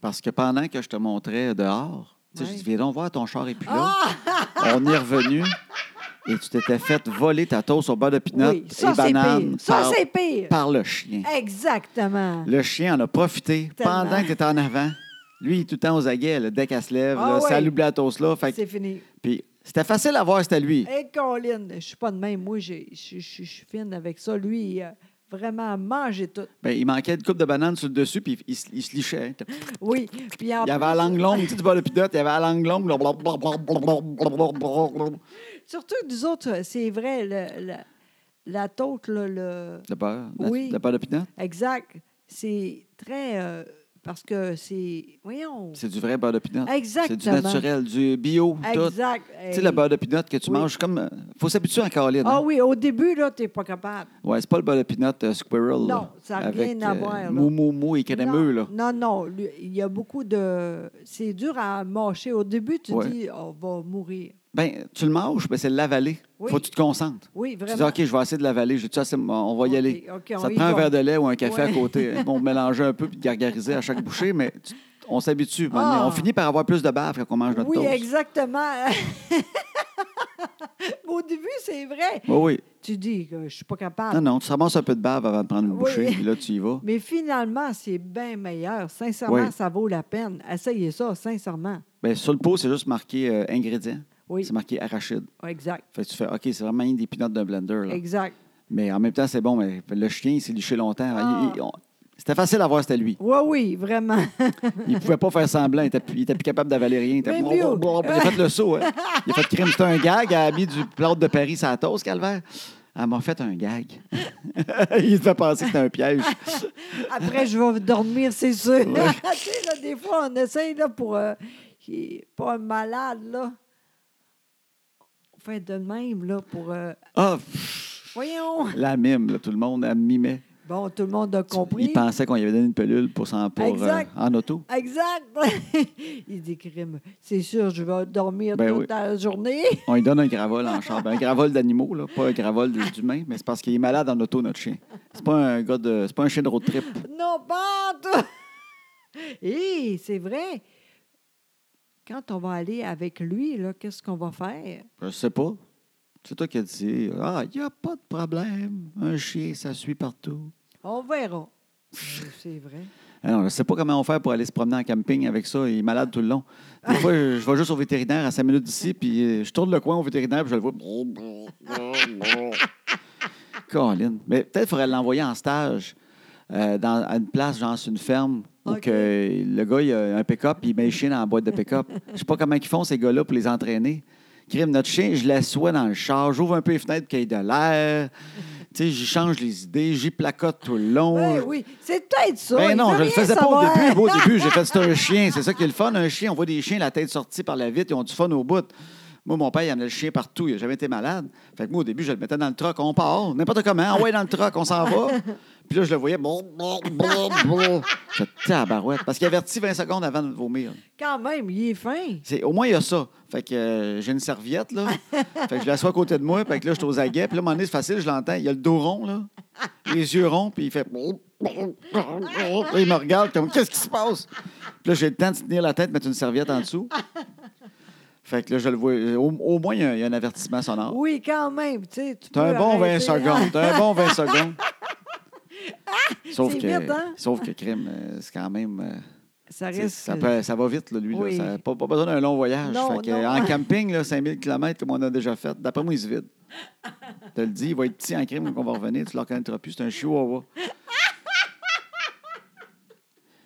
Parce que pendant que je te montrais dehors, tu sais, Ouais. je dis, viens donc voir, ton char est plus là. Ah! On est revenu et tu t'étais fait voler ta toast au beurre de pinot Oui, ça, et c'est banane pire. Ça, par, c'est pire! par le chien. Exactement! Le chien en a profité Tellement. pendant que tu étais en avant. Lui, il est tout le temps aux aguets, là, dès qu'elle se lève, Ah là, ouais. salut Blatos là. Fait que- C'est fini. puis c'était facile à voir, c'était lui. Hé, Colin, je suis pas de même. Moi, j'ai- je je- je- je suis fine avec ça. Lui, il a vraiment mangé tout. Ben, il manquait une coupe de banane sur le dessus, puis il, se- il se lichait. Oui. Puis en Il avait la plus, langue longue, tu sais, du beurre de pinot, il avait la langue longue. là, blablabla. Surtout que nous autres, c'est vrai, le- la, la tôte, là, le, Le beurre, la- Oui. le beurre de pinot. exact, c'est très. euh, parce que c'est. Voyons. C'est du vrai beurre de pinot. Exactement. C'est du naturel, du bio, tout. Tu Exact. sais, Hey. le beurre de pinot que tu Oui. manges, comme. euh, faut s'habituer à Caroline. Ah hein. oui, au début, là, t'es pas capable. Ouais, c'est pas le beurre de pinot euh, squirrel. Non, là, ça n'a avec, euh, rien à voir, là. Mou, mou, mou et crémeux, là. non, non, non, lui, il y a beaucoup de. C'est dur à mâcher. Au début, tu Ouais. dis, on va mourir. Ben, tu le manges, ben, c'est l'avaler. Oui. Faut que tu te concentres. Oui, Tu vraiment. dis, OK, je vais essayer de l'avaler. J'ai-tu assez- On va y OK, aller. OK, on ça te y prend un va. verre de lait ou un café à Ouais. côté. [laughs] Bon, mélanger un peu puis gargariser à chaque bouchée, mais tu- on s'habitue. maintenant. Ah. On finit par avoir plus de bave quand on mange notre Oui, toast. exactement. [laughs] Au début, c'est vrai. Oui, oui. Tu dis que je suis pas Non, capable. non, tu ramasses un peu de bave avant de prendre une Ah. Oui. bouchée, puis là, tu y vas. Mais finalement, c'est bien meilleur. Sincèrement, Oui. ça vaut la peine. Essayez ça, sincèrement. Ben, sur le pot, c'est juste marqué euh, ingrédients. Oui, C'est marqué arachide. exact. Fait que tu fais, OK, c'est vraiment une des pinottes d'un blender. là. Exact. Mais en même temps, c'est bon. Mais le chien, il s'est liché longtemps. Ah. Il- il- on- C'était facile à voir, c'était lui. Oui, oui, vraiment. [laughs] Il pouvait pas faire semblant. Il était plus, il était plus capable d'avaler rien. Il, était- Mais mieux. il a fait le saut. hein. Il a fait crime. C'était un gag. Elle a mis du plâtre de Paris sa toast, Calvaire. Elle m'a fait un gag. [laughs] il devait penser que c'était un piège. Après, je vais dormir, c'est sûr. Ouais. [laughs] tu sais, là, des fois, on essaye là, pour. euh, qu'il est pas un malade, là. On fait de même, là, pour. euh, Ah, pff, voyons. la mime, là, tout le monde, elle mimait. Bon, tout le monde a compris. Il pensait qu'on lui avait donné une pelule pour, s'en- pour, euh, Exact. en auto. Exact. [laughs] il dit crime. C'est sûr, je vais dormir Ben toute oui. la journée. On lui donne un gravol en chambre. Un gravol d'animaux, là, pas un gravol d'humains, mais c'est parce qu'il est malade en auto, notre chien. C'est pas un gars de. C'est pas un chien de road trip. Non, pas en tout. [laughs] Hé, c'est vrai. Quand on va aller avec lui, là, qu'est-ce qu'on va faire? Je sais pas. C'est toi qui as dit Ah, il n'y a pas de problème. Un chien, ça suit partout. On verra. c'est vrai. Alors, je ne sais pas comment Hein, on fait pour aller se promener en camping avec ça. Il est malade tout le long. Des fois, je, je vais juste au vétérinaire à 5 minutes d'ici, puis euh, je tourne le coin au vétérinaire, puis je le vois. [laughs] Colin. Mais peut-être qu'il faudrait l'envoyer en stage euh, dans, à une place, genre sur une ferme, où OK. que le gars, il a un pick-up, puis il met le chien dans la boîte de pick-up. Je sais pas comment ils font, ces gars-là, pour les entraîner. Crime, notre chien, je l'assois dans le char, j'ouvre un peu les fenêtres pour qu'il y ait de l'air. Tu sais, j'y change les idées, j'y placote tout le long. Ben Je- oui, c'est peut-être ça. ben il non, veut je le rien faisais pas au savoir. début. [laughs] Moi, Au début, j'ai fait c'est un chien. C'est ça qui est le fun, un chien. On voit des chiens la tête sortie par la vitre, ils ont du fun au bout. Moi, mon père, il amenait le chien partout. Il n'a jamais été malade. Fait que moi, au début, je le mettais dans le truck. On part, n'importe comment. Ah ouais, dans le truck, on s'en [laughs] va. Puis là, je le voyais. Bon, bon, bon, bon. J'étais à barouette. Parce qu'il avertit 20 secondes avant de vomir. Quand même, il est fin. C'est- Au moins, il y a ça. Fait que euh, j'ai une serviette, [laughs] là. Fait que je l'assois à côté de moi. Fait que là, je suis aux aguets. Puis là, à un moment donné, c'est facile, je l'entends. Il a le dos rond, là. Les yeux ronds, puis il fait... Là, il me regarde comme, qu'est-ce qui se passe? Puis là, j'ai le temps de tenir la tête, mettre une serviette en dessous. Fait que là, je le vois... euh, Au, au moins, il y, a, il y a un avertissement sonore. Oui, quand même. Tu sais, tu T'as Ah. un peux bon 20 arrêter. secondes. T'as un bon [laughs] 20 secondes. Sauf Ah! C'est que, vite, hein? sauf que crime, euh, c'est quand même... euh, Ah, Ça T'sais, reste. Ça, peut- ça va vite, là, lui. là. Oui. Ça- pas, pas besoin d'un long voyage. Non, Fait que, non. en camping, là, 5000 km, comme on a déjà fait, d'après moi, il se vide. Je te le dis, il va être petit en crime quand on va revenir. Tu ne le reconnaîtras plus. C'est un chihuahua.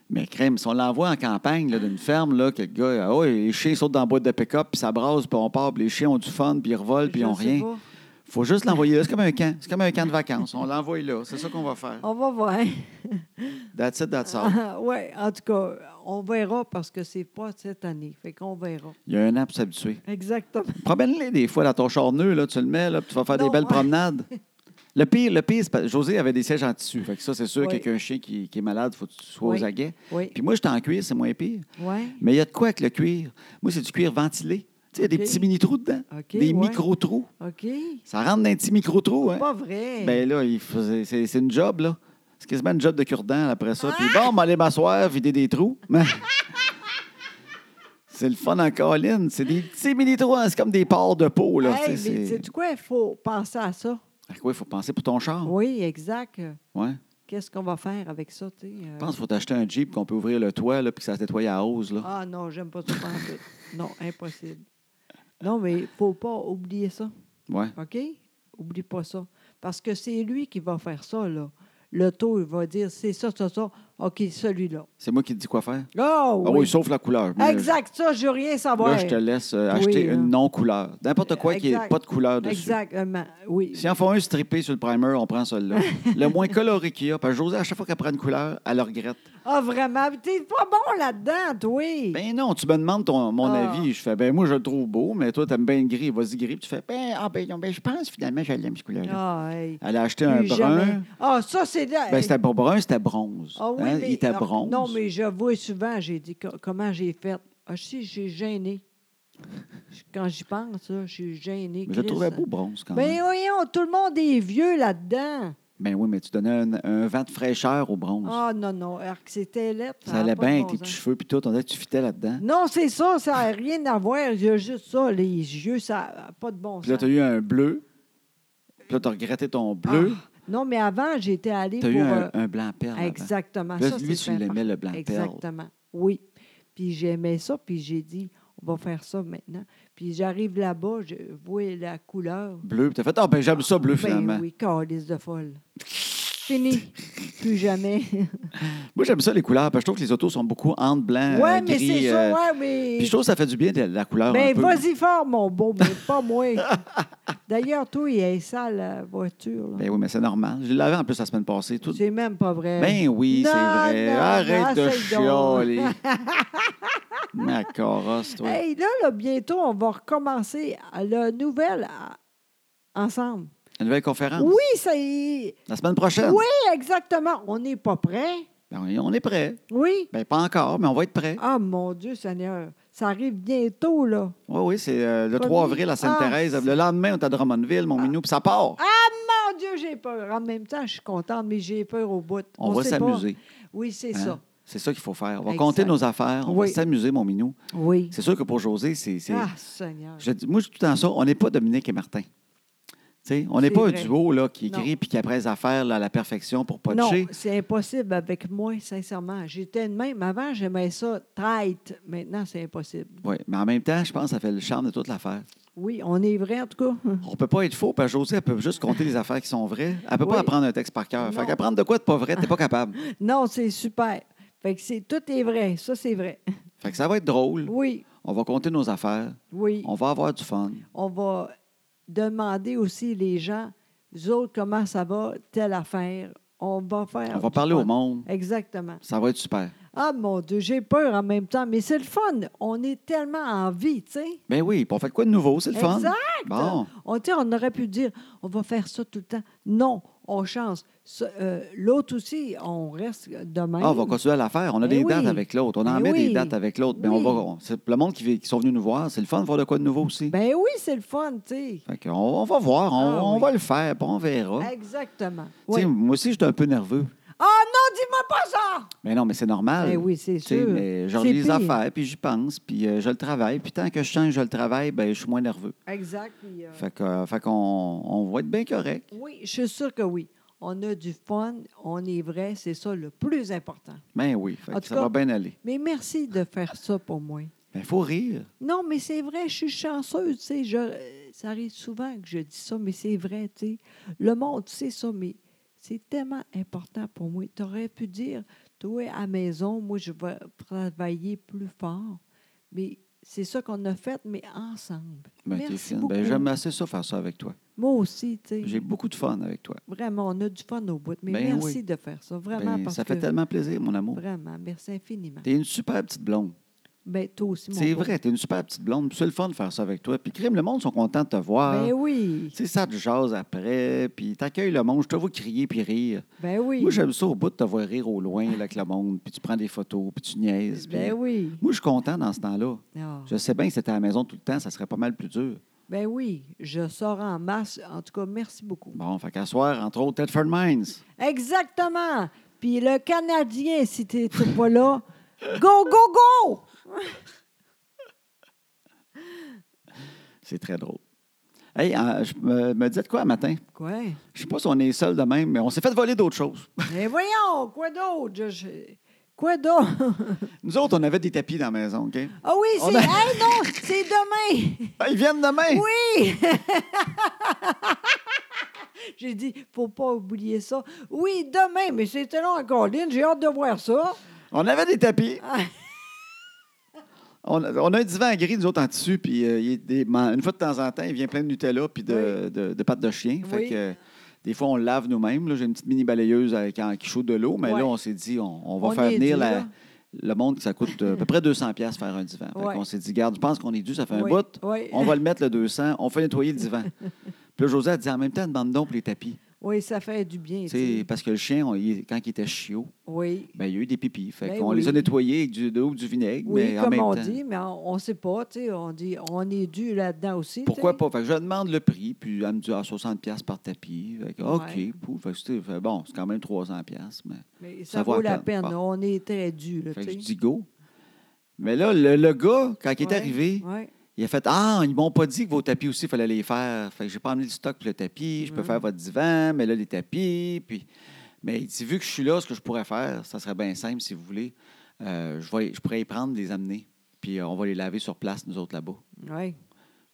Mais crème, si on l'envoie en campagne là, d'une ferme, là, que le gars, ah ouais, les chiens sautent dans la boîte de pick-up, puis ça brasse, puis on part, puis les chiens ont du fun, puis ils revolent, puis ils Je ont sais rien. pas. faut juste l'envoyer là. C'est comme un camp. C'est comme un camp de vacances. On l'envoie là. C'est ça qu'on va faire. On va voir. That's it, that's all. [laughs] oui, en tout cas, on verra parce que c'est pas cette année. Fait qu'on verra. Il y a un an pour s'habituer. Exactement. Promène-les des fois dans ton charneux, là, tu le mets, là, puis tu vas faire des Non, belles ouais. promenades. Le pire, le pire, c'est parce- José avait des sièges en tissu. Fait que ça, c'est sûr Oui. qu'avec un chien qui, qui est malade, il faut que tu sois Oui. aux aguets. Oui. Puis moi, j'étais en cuir, c'est moins pire. Oui. Mais il y a de quoi avec le cuir? Moi, c'est du cuir ventilé. Tu sais, il y a des OK. petits mini-trous dedans. OK, des ouais. micro-trous. OK. Ça rentre dans un petit micro-trou, hein? Pas vrai. Ben là, il faisait- c'est c'est une job, là. C'est quasiment une job de cure-dent après ça. Puis bon, m'aller m'asseoir, vider des trous. [laughs] Mais- c'est le fun en colline. C'est des petits mini-trous. hein. C'est comme des pores de peau, là. Hey, Tu sais, mais c'est- sais-tu quoi? Il faut penser à ça. À quoi il faut penser pour ton char? Oui, exact. Ouais. Qu'est-ce qu'on va faire avec ça? tu sais, euh? Je pense qu'il faut t'acheter un Jeep qu'on peut ouvrir le toit, là, puis que ça se nettoie à hausse, là. Ah non, j'aime pas ça. pas en tout. non, impossible. Non, mais faut pas oublier ça. Ouais. OK? Oublie pas ça. Parce que c'est lui qui va faire ça, là. Le taux, il va dire c'est ça, ça, ça. OK, celui-là. C'est moi qui te dis quoi faire? Oh, Ah oui. oui, sauf la couleur. Mais là, exact, ça, je veux rien Là, savoir. je te laisse euh, Oui, acheter là. une non-couleur. N'importe quoi qui n'ait Exact. pas de couleur dessus. Exactement, oui. Si en font un strippé sur le primer, on prend celui-là. [laughs] le moins coloré qu'il y a. Parce que Josée, à chaque fois qu'elle prend une couleur, elle le regrette. Ah, vraiment? Mais T'es pas bon là-dedans, toi. Ben non, tu me demandes ton, mon Ah. avis. Je fais, ben moi, je le trouve beau, mais toi, t'aimes bien le gris. Vas-y, gris. Puis tu fais, ben, ah, ben, non, ben, je pense finalement, je l'aime, ce couleur-là. Ah, hey. Elle a acheté un Plus jamais. brun. Ah, ça, c'est... là- Ben, c'était pas brun, c'était bronze. Ah oui, Hein, mais- Il était alors, bronze. Non, mais je vois souvent, j'ai dit co- comment j'ai fait. Ah, si, j'ai gêné. Je- Quand j'y pense, là, je suis gêné. Mais je le trouvais beau, bronze, quand même. Ben voyons, tout le monde est vieux là-dedans. Ben oui, mais tu donnais un, un vent de fraîcheur au bronze. Ah non, non, alors que c'était lettre. ça allait a pas de bien avec bon tes sens. petits cheveux, puis tout. On dirait que tu fitais là-dedans. Non, c'est ça, ça n'a rien à voir. Il y a juste ça, les yeux, ça n'a pas de bon Puis là, sens. t'as eu un bleu. Puis là, t'as regretté ton bleu. Ah, non, mais avant, j'étais allée T'as pour... eu un, euh, un blanc perle. avant. Exactement. Là, Ah, ça, lui, c'est tu bien l'aimais, le blanc perle. Exactement. Oui. Puis j'aimais ça, puis j'ai dit, on va faire ça maintenant. Puis j'arrive là-bas, je vois la couleur. Bleu. Puis t'as fait, ah, ben, j'aime ça, bleu, finalement. Ben oui, calice de folle. Fini. Plus [laughs] jamais. Moi, j'aime ça, les couleurs. Parce que je trouve que les autos sont beaucoup entre blanc, euh, ouais, mais gris. c'est euh, ça, ouais, mais. Puis je trouve que ça fait du bien, de la couleur un Ben, peu. vas-y fort, mon beau, mais [laughs] pas moi. D'ailleurs, toi, il est sale, la voiture. là. Ben oui, mais c'est normal. Je l'avais en plus la semaine passée. Tout... c'est même pas vrai. Ben oui, c'est Non, vrai. non, Arrête non, de c'est drôle. chialer. [laughs] Ma corosse, toi. Hey, là, là, bientôt, on va recommencer à la nouvelle à- ensemble. La nouvelle conférence. Oui, c'est. La semaine prochaine. Oui, exactement. On n'est pas prêt. Ben, on est- on est prêt. Oui. Ben, pas encore, mais on va être prêt. Ah, mon Dieu, Seigneur. Ça arrive bientôt, là. Oui, oui, c'est euh, le Pas 3 mis. avril à Sainte-Thérèse. Ah, le lendemain, on est à Drummondville, mon minou, puis ça part. Mon Ah, Dieu, j'ai peur. En même temps, je suis contente, mais j'ai peur au bout. on, va sait pas. s'amuser. Oui, c'est hein. ça. C'est ça qu'il faut faire. On va Exact. compter nos affaires. On Oui. va s'amuser, mon minou. Oui. C'est sûr que pour José, c'est. c'est- Ah, Seigneur. je dis- moi, je dis tout le temps ça. On n'est pas Dominique et Martin. Tu sais, on n'est C'est pas vrai. un duo là, qui Non. écrit puis qui apprête les affaires là, à la perfection pour non, puncher. c'est impossible avec moi, sincèrement. J'étais de même. Avant, j'aimais ça tight. Maintenant, c'est impossible. Oui, mais en même temps, je pense que ça fait le charme de toute l'affaire. Oui, on est vrai, en tout cas. [laughs] On peut pas être faux, parce que José, elle peut juste compter les affaires qui sont vraies. Elle peut Oui. pas apprendre un texte par cœur. Non. Fait qu'apprendre de quoi de pas vrai, t'es pas [laughs] capable. Non, c'est super. Fait que c'est, tout est vrai. Ça, c'est vrai. Fait que ça va être drôle. Oui, On va compter nos affaires. oui. On va avoir du fun. On va demander aussi les gens, vous autres, comment ça va, telle affaire. On va faire. On va du parler fun. au monde. Exactement. Ça va être super. Ah, mon Dieu, j'ai peur en même temps, mais c'est le fun. On est tellement en vie, tu sais. Ben oui, puis on fait de quoi de nouveau? C'est le fun. Exact. Bon, On, tu sais, on aurait pu dire, on va faire ça tout le temps. Non, on change. Ce- euh, L'autre aussi, on reste demain. Ah, on va continuer à la faire. On a Ben des dates oui. avec l'autre. On en Ben met oui. des dates avec l'autre. Mais on Oui. va. on- c'est le monde qui, vi- qui sont venus nous voir, c'est le fun de voir de quoi de nouveau aussi. Ben oui, c'est le fun, tu sais. Fait qu'on- on, va voir, on, Ah on oui. va le faire, puis on verra. Exactement. Tu sais, Oui. Moi aussi, j'étais un peu nerveux. Ah non, dis-moi pas ça! Mais non, mais c'est normal. Ben oui, c'est Tu sais, sûr. Mais je C'est relis les pire. affaires, puis j'y pense, puis euh, je le travaille. Puis tant que je change, je le travaille, ben je suis moins nerveux. Exact. puis, euh, Fait que, euh, fait qu'on on va être bien correct. oui, je suis sûre que oui. On a du fun, on est vrai, c'est ça le plus important. Ben oui, fait En que tout ça cas- va bien aller. Mais merci de faire ça pour moi. Mais faut rire. Non, mais c'est vrai, je suis chanceuse, tu sais. je- euh, Ça arrive souvent que je dis ça, mais c'est vrai, tu sais. Le monde sait ça, mais c'est tellement important pour moi. Tu aurais pu dire, toi, à maison, moi, je vais travailler plus fort. Mais c'est ça qu'on a fait, mais ensemble. Ben, t'es Merci fine. Ben, beaucoup. j'aime assez ça faire ça avec toi. Moi aussi, tu J'ai sais. beaucoup de fun avec toi. Vraiment, on a du fun au bout. Mais Ben oui. merci de faire ça, vraiment. Ben, parce ça fait que- tellement plaisir, mon amour. Vraiment, merci infiniment. T'es une super petite blonde. Ben, toi aussi, mon C'est beau. vrai, t'es une super petite blonde. Puis C'est le fun de faire ça avec toi. Puis crime, le monde sont contents de te voir. Ben Tu oui, sais, ça te jase après. Puis t'accueilles le monde. Je te vois crier puis rire. ben oui. Moi, j'aime ça au bout de te voir rire au loin là, avec le monde. Puis tu prends des photos, puis tu niaises. puis- Ben oui. Moi, je suis content dans ce temps-là. Ah. Je sais bien que c'était à la maison tout le temps, ça serait pas mal plus dur. Ben oui, je sors en masse. En tout cas, merci beaucoup. Bon, fait qu'à soir, entre autres, Tedford Mines. Exactement. Puis le Canadien, si tu [laughs] pas là, go, go, go! C'est très drôle. Hey, euh, je me, me disais de quoi un matin? Quoi? [laughs] Je sais pas si on est seul de même, mais on s'est fait voler d'autres choses. [laughs] Mais Ben voyons, quoi d'autre? Je- je- Quoi d'autre? Nous autres, on avait des tapis dans la maison, OK? Ah oui, On c'est. a- Hey, non, c'est demain! [laughs] Ah, ils viennent demain! Oui! J'ai dit, faut pas oublier ça. Oui, demain, mais c'était long encore. Lynn, j'ai hâte de voir ça. On avait des tapis. Ah. [laughs] On, a- on a un divan gris, nous autres, en tissu, puis euh, il est des- man- une fois de temps en temps, il vient plein de Nutella puis de, de- de pâte de chien. Fait Oui. que, euh, des fois, on le lave nous-mêmes. là. J'ai une petite mini balayeuse avec, en- qui chauffe de l'eau, mais Ouais. là, on s'est dit, on, on va On faire est venir dû, la- là. le monde que ça coûte euh, à peu près 200$ piastres faire un divan. Ouais. on s'est dit, garde, je pense qu'on est dû, ça fait un Oui, bout. oui. On va le mettre, le 200, on fait nettoyer le [laughs] divan. puis là, José a dit, en même temps, demande donc pour les tapis. Oui, ça fait du bien. Tu tu sais. sais, Parce que le chien, on- il- quand il était chiot, Oui. ben, il y a eu des pipis. Fait Ben qu'on les a oui. nettoyés avec du, de l'eau, du vinaigre, Oui, mais en comme même on temps. dit, mais on ne sait pas, tu sais, on dit, on est dû là-dedans aussi. Pourquoi tu sais. pas? Fait que je demande le prix, puis elle me dit ah, 60$ par tapis. Fait que, Ouais. OK, pouf. Fait que c'était- fait bon, c'est quand même 300$. Mais... Mais ça, Ça vaut vaut la la peine. peine, Bon. on est très dû, là, Fait tu que je sais. dis go. Mais là, le, le gars, quand il est Ouais, arrivé, ouais. il a fait Ah, ils m'ont pas dit que vos tapis aussi, il fallait les faire. Fait que j'ai pas amené le stock pour le tapis, Mhm. je peux faire votre divan, mais là, les tapis. Puis... Mais il dit Vu que je suis là, ce que je pourrais faire, ça serait bien simple si vous voulez. Euh, je, vais, je pourrais les prendre, les amener. Puis euh, on va les laver sur place, nous autres là-bas. Ouais.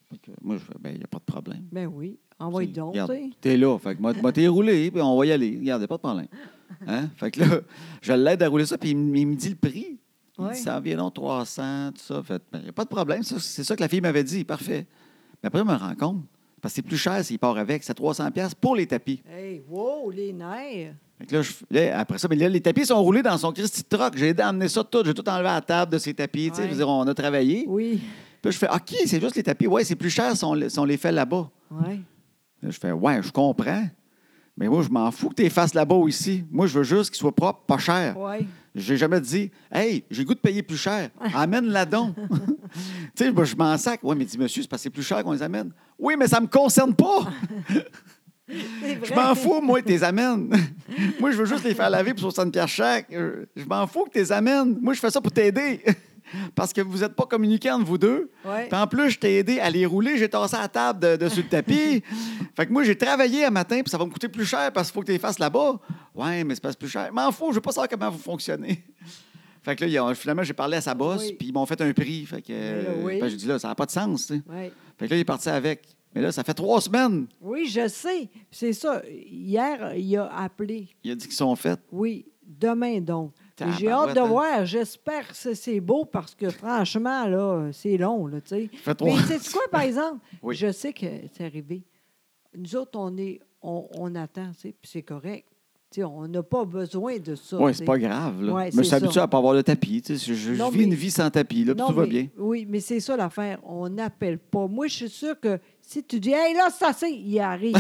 Fait que Moi, je fais, ben, il n'y a pas de problème. Ben oui, envoie T'sais, donc, tu regarde, sais. T'es là. Fait que moi, moi, t'es roulé, puis on va y aller. Regarde, y a pas de problème. Hein? Fait que là, je l'aide à rouler ça, puis il, m- il me dit le prix. Il Ouais. dit, ça environ 300, tout ça. Fait, ben, y a pas de problème. ça, c'est ça que la fille m'avait dit. Parfait. Mais après, je me rends compte. Parce que c'est plus cher s'il part avec. C'est 300 pièces pour les tapis. Hey, wow, les nerfs! Fait que là, je- là, après ça, mais là, les tapis sont roulés dans son Christy de Truck. J'ai aidé à amener ça tout. J'ai tout enlevé à la table de ses tapis. tu sais, Ouais. Je veux dire, on a travaillé. Oui, Puis je fais, OK, c'est juste les tapis. Ouais, c'est plus cher si on, le- si on les fait là-bas. oui. Là, je fais Ouais, je comprends. Mais moi, je m'en fous que tu fasses là-bas ou ici. Moi, je veux juste qu'il soit propre, pas cher. Oui. J'ai jamais dit Hey, j'ai le goût de payer plus cher. Amène-la donc. tu sais, moi, je m'en sac. Oui, mais dis, monsieur, c'est parce que c'est plus cher qu'on les amène. Oui, mais ça me concerne pas. C'est vrai. Je m'en fous, moi, que tu les amènes. [laughs] moi, je veux juste les faire laver pour 60 pièces chaque. Euh, Je m'en fous que tu les amènes. Moi, je fais ça pour t'aider. [laughs] Parce que vous n'êtes pas communiqués entre vous deux. Ouais. Puis en plus, je t'ai aidé à les rouler. J'ai tassé la table de, de sur le [laughs] tapis. fait que moi, j'ai travaillé un matin, puis ça va me coûter plus cher parce qu'il faut que tu les fasses là-bas. Ouais, mais c'est pas plus cher. M'en fous, je veux pas savoir comment vous fonctionnez. [laughs] Fait que là, ils ont- finalement, j'ai parlé à sa boss, Oui. puis ils m'ont fait un prix. Fait que, euh, oui. fait que j'ai dit là, ça n'a pas de sens. tu sais. Oui. Fait que là, il est parti avec. Mais là, ça fait trois semaines. Oui, je sais. C'est ça. Hier, il a appelé. Il a dit qu'ils sont faits. Oui, demain donc. Mais J'ai hâte Tabarouette, de hein. voir. J'espère que c'est- c'est beau parce que franchement, là, c'est long, là, tu sais. Ça fait trois- Mais c'est quoi, [laughs] par exemple? Oui. Je sais que c'est arrivé. Nous autres, on est on, on attend, tu sais, puis c'est correct. Tu sais, on n'a pas besoin de ça. Oui, tu sais. c'est pas grave. Là. Ouais, mais je c'est suis ça. habitué à ne pas avoir de tapis. tu sais. Je, je Non, vis mais- une vie sans tapis, là, puis Non, tout va mais- bien. Oui, mais c'est ça l'affaire. On n'appelle pas. Moi, je suis sûre que si tu dis Hey là, ça c'est, [laughs] il arrive.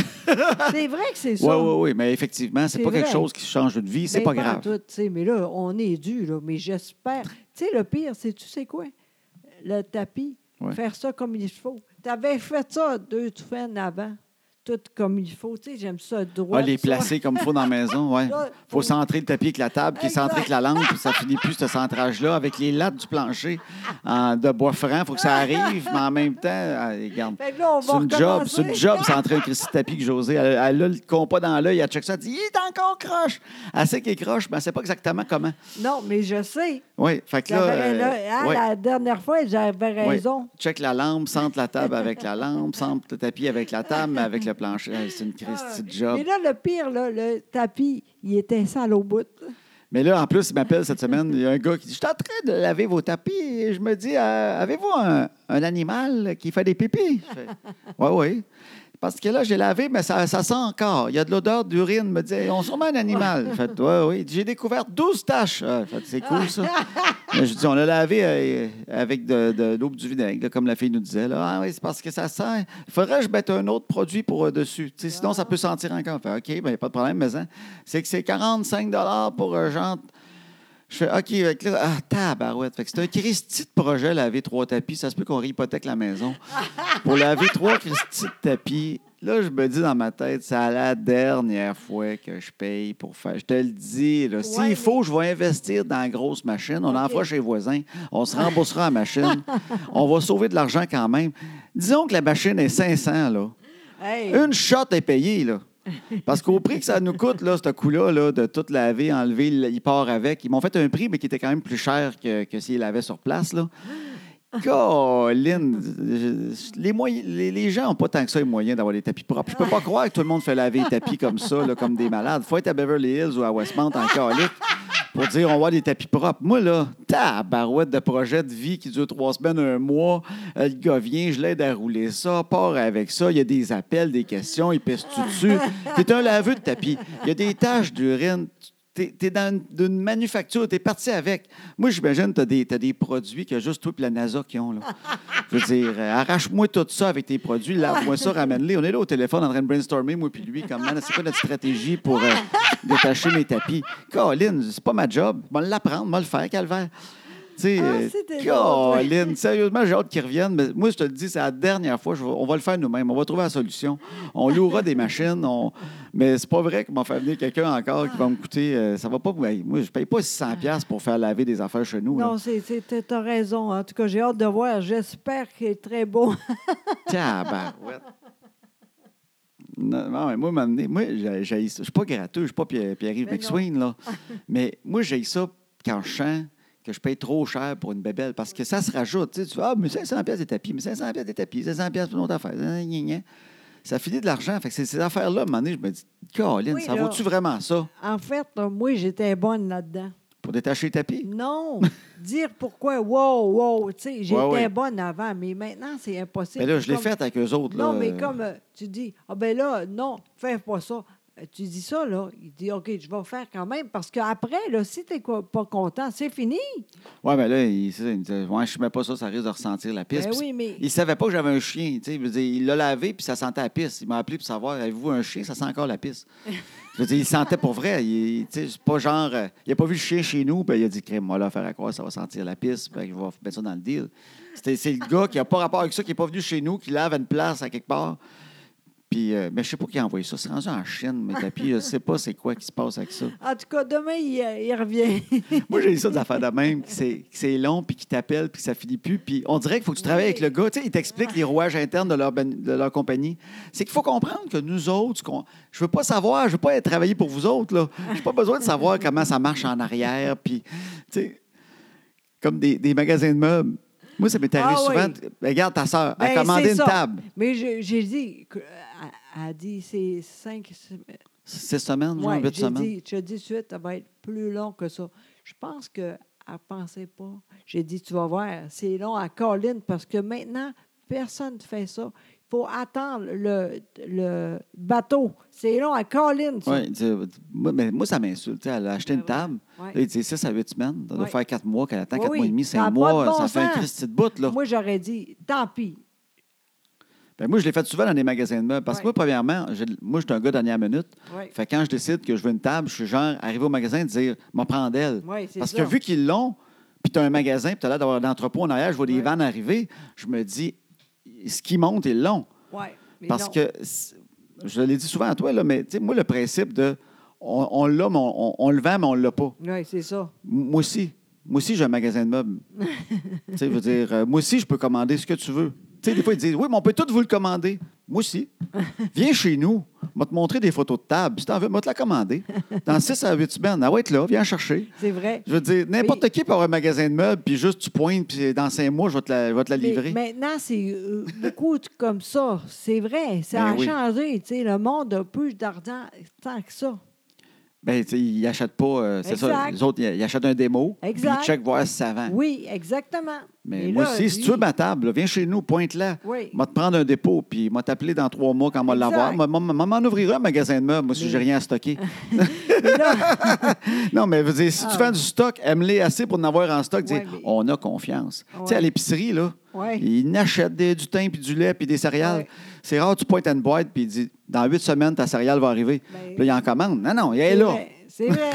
c'est vrai que c'est Oui, ça. oui, oui, mais effectivement, c'est C'est pas quelque vrai. chose qui change une vie, c'est Ben, pas en grave. tout, tu sais, mais là, on est dû, là, mais j'espère. Tu sais, le pire, c'est tu sais quoi? Le tapis, Ouais. faire ça comme il faut. Tu avais fait ça deux semaines avant, tout comme il faut. Tu sais, j'aime ça droit. Ah, les ça. placer comme il faut dans la [laughs] maison, ouais. Là, Faut centrer le tapis avec la table, qui est centré avec la lampe, puis ça finit plus ce centrage-là, avec les lattes du plancher en- de bois franc, faut que ça arrive, mais en même [laughs] temps, ah, regarde. Fait que là, Ben, on va C'est une job, recommencer. c'est une job, centrer un Christy tapis que José. Elle, elle a le compas dans l'œil, elle check ça, elle dit Il est encore croche. Elle sait qu'il est croche, mais elle sait pas exactement comment. Non, mais je sais. Oui, fait que là. J'avais- euh, là, hein, ouais. La dernière fois, j'avais Oui. raison. Check la lampe, centre la table avec la lampe, centre le tapis avec la table, mais avec le plancher. Hey, C'est une Christy de job. Ah, Mais là, le pire, là, le tapis, il était sale au bout. Mais là, en plus, il m'appelle cette semaine. Il y a un gars qui dit Je suis en train de laver vos tapis. Et je me dis Euh, Avez-vous un, un animal qui fait des pipis Oui, oui. Parce que là, j'ai lavé, mais ça, ça sent encore. Il y a de l'odeur d'urine. Il me dit Ils ont sûrement un animal. Fait, oui, oui. J'ai découvert 12 taches. Ah, fait, C'est cool, ça. Mais je dis On l'a lavé euh, avec de, de l'eau et du vinaigre, là, comme la fille nous disait. là. Ah oui, c'est parce que ça sent. Il faudrait que je mette un autre produit pour euh, dessus. Tu sais, Sinon, ça peut sentir encore. Fait, OK, ben, pas de problème, mais hein, c'est que c'est 45 pour euh, genre je fais OK, avec là, ah, tabarouette. Fait que c'est un Christy de projet, laver trois tapis. Ça se peut qu'on réhypothèque la maison. Pour laver trois Christy de tapis, là, je me dis dans ma tête, c'est à la dernière fois que je paye pour faire. Je te le dis, là. S'il Ouais, mais- faut, Oh, je vais investir dans la grosse machine. On en OK. fera chez les voisins. On se remboursera la machine. On va sauver de l'argent quand même. Disons que la machine est 500, là. Hey, Une shot est payée, là. Parce qu'au prix que ça nous coûte, là, ce coup-là, là, de tout laver, enlever, le- il part avec. Ils m'ont fait un prix, mais qui était quand même plus cher que, que s'ils lavaient sur place, là. Colin, je- les, moyens- les, les gens n'ont pas tant que ça les moyens d'avoir des tapis propres. Je peux pas croire que tout le monde fait laver les tapis comme ça, là, comme des malades. faut être à Beverly Hills ou à Westmount en calique pour dire on va avoir des tapis propres. Moi, là, tabarouette de projet de vie qui dure trois semaines, un mois. Euh, Le gars vient, je l'aide à rouler ça, part avec ça. Il y a des appels, des questions, il pisse tout dessus. T'es un laveux de tapis. Il y a des taches d'urine. T'es es dans une, d'une manufacture, t'es parti avec. Moi, j'imagine que t'as des, t'as des produits que juste toi et la NASA qui ont. Là. Je veux dire, euh, arrache-moi tout ça avec tes produits, lave-moi ça, ramène-les. On est là au téléphone en train de brainstormer, moi puis lui, comment, c'est quoi notre stratégie pour euh, détacher mes tapis. Colin, c'est pas ma job. Je vais l'apprendre, je vais le faire, calvaire. Tu sais, Ah, euh, c'était Colin, sérieusement, j'ai hâte qu'ils reviennent. Mais moi, je te le dis, c'est la dernière fois. Je vais- on va le faire nous-mêmes. On va trouver la solution. On louera des machines. On... Mais c'est pas vrai qu'on va faire venir quelqu'un encore qui va me coûter. euh, ça va pas. ben, Moi, je paye pas 600$ pour faire laver des affaires chez nous. là. non, c'est- c'est- t'as- t'as raison. En tout cas, j'ai hâte de voir. J'espère qu'il est très beau. Tabarouette. Non, non, mais moi, m'amener, moi, j'ai j'haïs ça. Je suis pas gratteux, je suis pas Pierre- Pierre-Yves Mais Ben non. McSween, [laughs] là. Mais moi, j'ai ça quand je sens que je paye trop cher pour une bébelle parce que ça se rajoute. Tu, sais, tu fais, ah, mais 500 pièces des tapis, mais 500 pièces des tapis, 500 pièces pour une autre affaire. gna, gna, gna. Ça finit de l'argent. Fait que c'est ces affaires-là, à un moment donné, je me dis, Caroline, Oui, ça là. vaut-tu vraiment ça En fait, là, moi, j'étais bonne là-dedans. pour détacher les tapis? Non. [laughs] Dire pourquoi, wow, wow. Tu sais, j'étais Ouais, ouais. bonne avant, mais maintenant, c'est impossible. Mais Ben là, je l'ai Comme- faite avec eux autres. Non, là. mais comme euh, tu dis, ah ben là, non, fais pas ça. Euh, Tu dis ça, là. Il dit, OK, je vais faire quand même. Parce qu'après, là, si tu n'es pas content, c'est fini. Ouais, mais là, il, c'est ça, il me disait, ouais, je mets pas ça, ça risque de ressentir la pisse. Ben Puis oui, mais. Il savait pas que j'avais un chien. tu sais. Je veux dire, il l'a lavé puis ça sentait la pisse. Il m'a appelé pour savoir avez-vous un chien Ça sent encore la [laughs] pisse. Je veux dire, il sentait pour vrai. Il, tu sais, c'est pas genre. euh, il a pas vu le chien chez nous, puis il a dit crème, moi là, faire à quoi Ça va sentir la pisse. Puis je vais mettre ça dans le deal. C'était- C'est le gars qui a pas rapport avec ça, qui est pas venu chez nous, qui lave à une place à quelque part. Puis, euh, mais je sais pas qui a envoyé ça. C'est rendu en Chine, mes tapis. Je sais pas c'est quoi qui se passe avec ça. En tout cas, demain, il, euh, il revient. Moi, j'ai eu ça des affaires de même, que c'est que c'est long, puis qui t'appelle, puis que ça finit plus. Puis on dirait qu'il faut que tu travailles Oui. avec le gars. Tu sais, il t'explique les rouages internes de leur, ban- de leur compagnie. C'est qu'il faut comprendre que nous autres, qu'on- je veux pas savoir, je veux pas être travailler pour vous autres. là. J'ai pas besoin de savoir comment ça marche en arrière. Puis, tu sais, comme des, des magasins de meubles. Moi, ça m'est arrivé Ah oui. souvent. de- Ben, regarde ta soeur, elle a [laughs] Ben, commandé c'est une ça. table. Mais je- j'ai dit, que- euh, elle elle dit, c'est cinq semaines. Six semaines, genre, Ouais, huit j'ai semaines. dit, je dis tout de suite, ça va être plus long que ça. Je pense qu'elle ne pensait pas. J'ai dit, tu vas voir, c'est long à Colline parce que maintenant, personne ne fait ça. Il faut attendre le, le bateau. C'est long à Colline, ça. Ouais, il dit, moi, mais moi, ça m'insulte. tu sais, Elle a acheté Ben une oui. table. Ouais. Là, il dit 6 à 8 semaines. Ça doit Ouais. faire 4 mois qu'elle attend, Oui, 4 oui. mois et demi, Ça 5 a pas de mois. bon ça fait un sens. Christi de bout. Là. Moi, Moi, j'aurais dit, tant pis. ben, moi, je l'ai fait souvent dans les magasins de meubles. Parce que Ouais. moi, premièrement, j'ai- moi, je suis un gars dernière minute. Ouais. Fait que quand je décide que je veux une table, je suis genre arrivé au magasin et dire m'en prends d'elle. Ouais, c'est Parce ça. que vu qu'ils l'ont, puis tu as un magasin, puis tu as l'air d'avoir un entrepôt en arrière, je vois des Ouais. vannes arriver, je me dis ce qui monte est long. Ouais, mais Parce non. que, c'est- je l'ai dit souvent à toi, là, mais tu sais, moi, le principe de on, on l'a, mais on, on- on le vend, mais on ne l'a pas. Oui, c'est ça. Moi aussi. Moi aussi, j'ai un magasin de [laughs] meubles. tu sais, je veux dire, euh, moi aussi, je peux commander ce que tu veux. Tu sais, des fois, ils disent, oui, mais on peut tout vous le commander. Moi aussi. Viens chez nous. On va te montrer des photos de table. Si t'en veux, on va te la commander. Dans 6 à 8 semaines, elle va être là. Viens chercher. C'est vrai. Je veux dire, n'importe qui peut avoir un magasin de meubles, puis juste tu pointes, puis dans 5 mois, je vais te la, je vais te la Mais livrer. maintenant, c'est euh, beaucoup de- comme ça. C'est vrai. Ça Ben a oui. changé. tu sais, Le monde a plus d'argent tant que ça. Ben, tu sais, ils n'achètent pas. euh, c'est ça. Exact. Les autres, ils ils achètent un démo. puis Exact. Ils checkent voir si ça vend. Oui, exactement. Mais Et moi là, aussi, si lui- tu veux ma table, là, viens chez nous, pointe-la. Oui. m'a te prendre un dépôt, puis m'a t'appeler dans trois mois quand on va Exact. l'avoir. M'a- m'a- m'a- M'en ouvrira un magasin de meubles, moi, si Mais- j'ai rien à stocker. [laughs] Mais là, [laughs] non, mais veux dire, si Ah. tu vends du stock, aime-les assez pour en avoir en stock. Ouais, dire, mais- On a confiance. Tu sais, à Ouais. l'épicerie, là, ouais. ils n'achètent des- du thym, puis du lait, puis des céréales. Ouais. C'est rare, tu pointes à une boîte, puis il dit Dans huit semaines, ta céréale va arriver. Ben, Puis Là, ils en commandent. Non, non, il est c'est là. vrai, C'est vrai.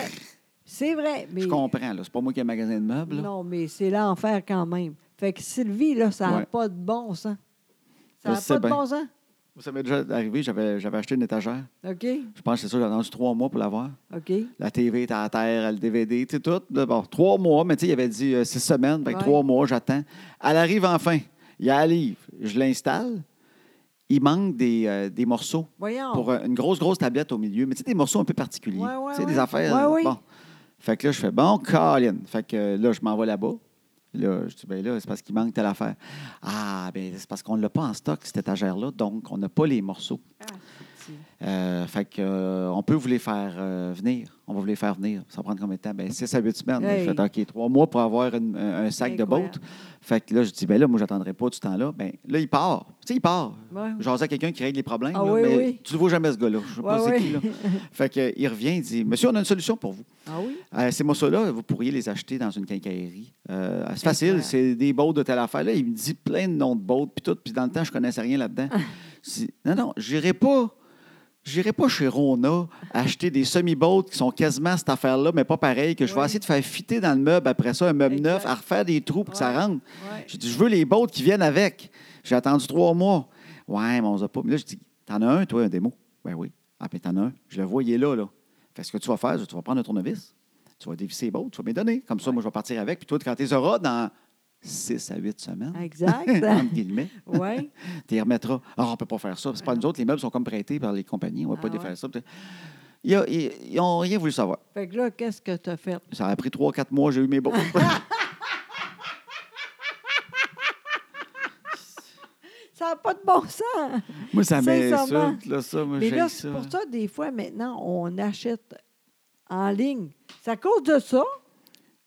C'est vrai. [laughs] Mais... Je comprends, là. C'est pas moi qui ai un magasin de meubles. là. Non, mais c'est l'enfer quand même. Fait que Sylvie, là, ça n'a Ouais. pas de bon sens. Je Ça n'a sais pas de bien. bon sens. Ça m'est déjà arrivé, j'avais j'avais acheté une étagère. OK? Je pense que c'est ça, j'ai attendu trois mois pour l'avoir. OK. La TV était à terre, le DVD, tu sais, tout. Là, bon, trois mois, mais tu sais, il avait dit euh, six semaines, fait que Ouais. trois mois, j'attends. Elle arrive enfin. Il y a la livre. Je l'installe. Il manque des, euh, des morceaux Voyons. pour euh, une grosse, grosse tablette au milieu, mais tu sais, des morceaux un peu particuliers. Ouais, ouais, tu sais, ouais. des affaires. Ouais, euh, oui. Bon. Fait que là, je fais bon, Colin. Fait que euh, là, je m'en vais là-bas. Là, je dis, ben là, c'est parce qu'il manque telle affaire. Ah, ben c'est parce qu'on ne l'a pas en stock, cette étagère-là, donc on n'a pas les morceaux. Ah, c'est- Euh, fait que, euh, on peut vous les faire euh, venir. On va vous les faire venir. Ça va prendre combien de temps? Ben, 6 à 8 semaines. Hey. Je fais, OK, trois mois pour avoir une- un, un sac de Incroyable. bottes. Fait que là, je dis, ben là, moi, j'attendrai pas tout ce temps-là. Ben, là, il part. Tu sais, il part. Ouais. J'osais quelqu'un qui règle les problèmes. Ah là, oui, mais oui. tu ne vois jamais ce gars-là. Je sais pas Ouais, c'est [laughs] qui, là. Fait que, euh, il revient, il dit, Monsieur, on a une solution pour vous. Ah oui? Euh, ces morceaux-là, vous pourriez les acheter dans une quincaillerie. Euh, c'est facile, Incroyable. c'est des bottes de telle affaire. Là, il me dit plein de noms de bottes, puis tout. Puis dans le temps, je connaissais rien [laughs] là-dedans. Je dis, non, non, j'irai pas. J'irai pas chez Rona acheter des semi-bottes qui sont quasiment cette affaire-là, mais pas pareil, que je vais Oui. essayer de faire fitter dans le meuble après ça, un meuble Exact. neuf, à refaire des trous pour que Ouais. ça rentre. Ouais. [laughs] J'ai dit, je veux les bottes qui viennent avec. J'ai attendu trois mois. Ouais, mais on les a pas. Mais là, je dis, t'en as un, toi, un démo? Ben oui. Ah, ben t'en as un. Je le vois, il est là, là. Fait que ce que tu vas faire, c'est que tu vas prendre un tournevis, tu vas dévisser les bottes, tu vas me les donner. Comme ça, moi, je vais partir avec. Puis toi, quand tu les auras dans 6 à 8 semaines, Exact. [laughs] entre guillemets, Oui. tu les remettras. Ah, on peut pas faire ça. C'est pas nous autres, les meubles sont comme prêtés par les compagnies. On va Ah pas ouais. défaire ça. Ils a- ils- ils ont rien voulu savoir. Fait que là, qu'est-ce que tu as fait? Ça a pris trois, quatre mois, j'ai eu mes [laughs] bottes. Ça n'a pas de bon sens. moi, ça Sincèrement. m'insulte, là, ça. Moi, Mais j'ai là, ça. c'est pour ça, des fois, maintenant, on achète en ligne. C'est à cause de ça.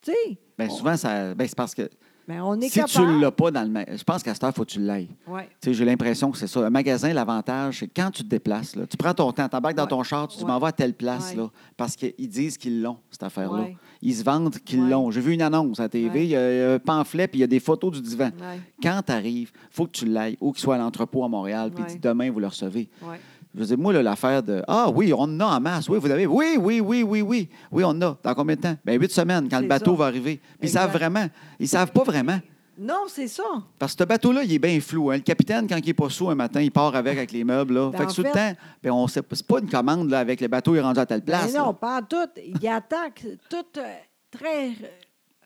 Tu sais? Bien, souvent, ça, ben, c'est parce que Mais on est Si tu capable. ne l'as pas dans le magasin, je pense qu'à cette heure, il faut que tu l'ailles. Ouais. Tu sais, J'ai l'impression que c'est ça. Un magasin, l'avantage, c'est quand tu te déplaces, là, tu prends ton temps, tu embarques dans Ouais. ton char, tu te Ouais. m'en vas à telle place, Ouais. là, parce qu'ils disent qu'ils l'ont, cette affaire-là. Ouais. Ils se vendent qu'ils Ouais. l'ont. J'ai vu une annonce à la TV, Ouais. il y a un pamphlet, puis il y a des photos du divan. Ouais. Quand tu arrives, faut que tu l'ailles, ou qu'il soit à l'entrepôt à Montréal, puis Ouais. dis demain, vous le recevez. Ouais. Je veux dire, moi, là, l'affaire de Ah oui, on en a en masse. Oui, vous avez. Oui, oui, oui, oui, oui. Oui, on en a. Dans combien de temps? Bien, huit semaines, quand le C'est bateau ça. va arriver. Puis ils Exact. savent vraiment. Ils savent pas vraiment. Non, c'est ça. Parce que ce bateau-là, il est bien flou. hein. Le capitaine, quand il n'est pas sous un matin, il part avec, avec les meubles. Là. Ben, fait que en tout le fait- temps, ben, on sait, c'est pas une commande là, avec le bateau, il est rendu à telle place. Mais non, là. pas en tout. Il attaque tout euh, très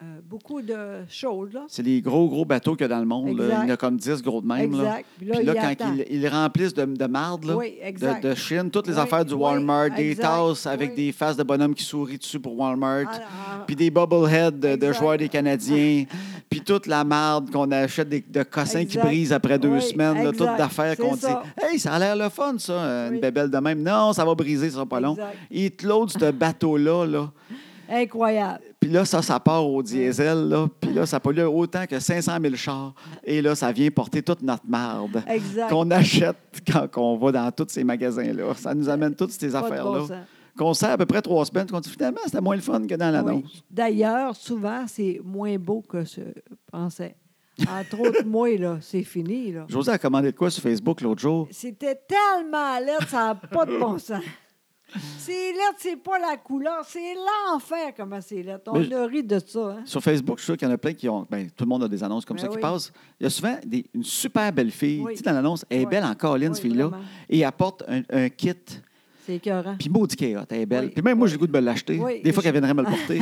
euh, beaucoup de choses. Là. C'est les gros, gros bateaux qu'il y a dans le monde. là. Exact. Il y en a comme 10 gros de même. là. Exact. Puis là, Puis là, il quand attend. ils ils le remplissent de, de marde, là, Oui, de, exact. de Chine, toutes les Oui, affaires du oui, Walmart, des exact, tasses avec oui. des faces de bonhommes qui sourient dessus pour Walmart. Ah, ah, puis des bobbleheads de, de Exact. joueurs des Canadiens, puis toute la marde qu'on achète des- de cossins qui Exact. brisent après deux Oui, semaines, là, toutes exact. d'affaires C'est qu'on dit ça. Hey, ça a l'air le fun, ça, une Oui. bébelle de même. Non, ça va briser, ça sera pas long. Exact. Ils te loadent ce bateau-là, là. Incroyable. Puis là, ça, ça part au diesel, là. Puis là, ça pollue autant que 500 000 chars. Et là, ça vient porter toute notre marde Exact. qu'on achète quand on va dans tous ces magasins-là. Ça nous amène toutes ces Pas de bon affaires-là. sens. qu'on sert à peu près trois semaines, qu'on dit finalement, c'était moins le fun que dans l'annonce. Oui. D'ailleurs, souvent, c'est moins beau que ce pensait. Entre autres, moi, là, c'est fini. Là. José a commandé de quoi sur Facebook l'autre jour? C'était tellement laid, ça n'a pas de bon sens. C'est laid, c'est pas la couleur, c'est l'enfer comment c'est laid. On Mais- a ri de ça. Hein? Sur Facebook, je suis sûr qu'il y en a plein qui ont. Ben, tout le monde a des annonces comme Ben ça qui oui. passent. Il y a souvent des- une super belle fille. Oui. Tu sais, dans l'annonce, elle est Oui. belle en colline, cette Oui, fille-là. vraiment. Et elle porte un, un kit. C'est écœurant. Puis maudit qu'elle est hot, elle est belle. Oui. Puis même moi, j'ai le goût de me l'acheter. Oui. Des fois qu'elle viendrait me le [laughs] porter.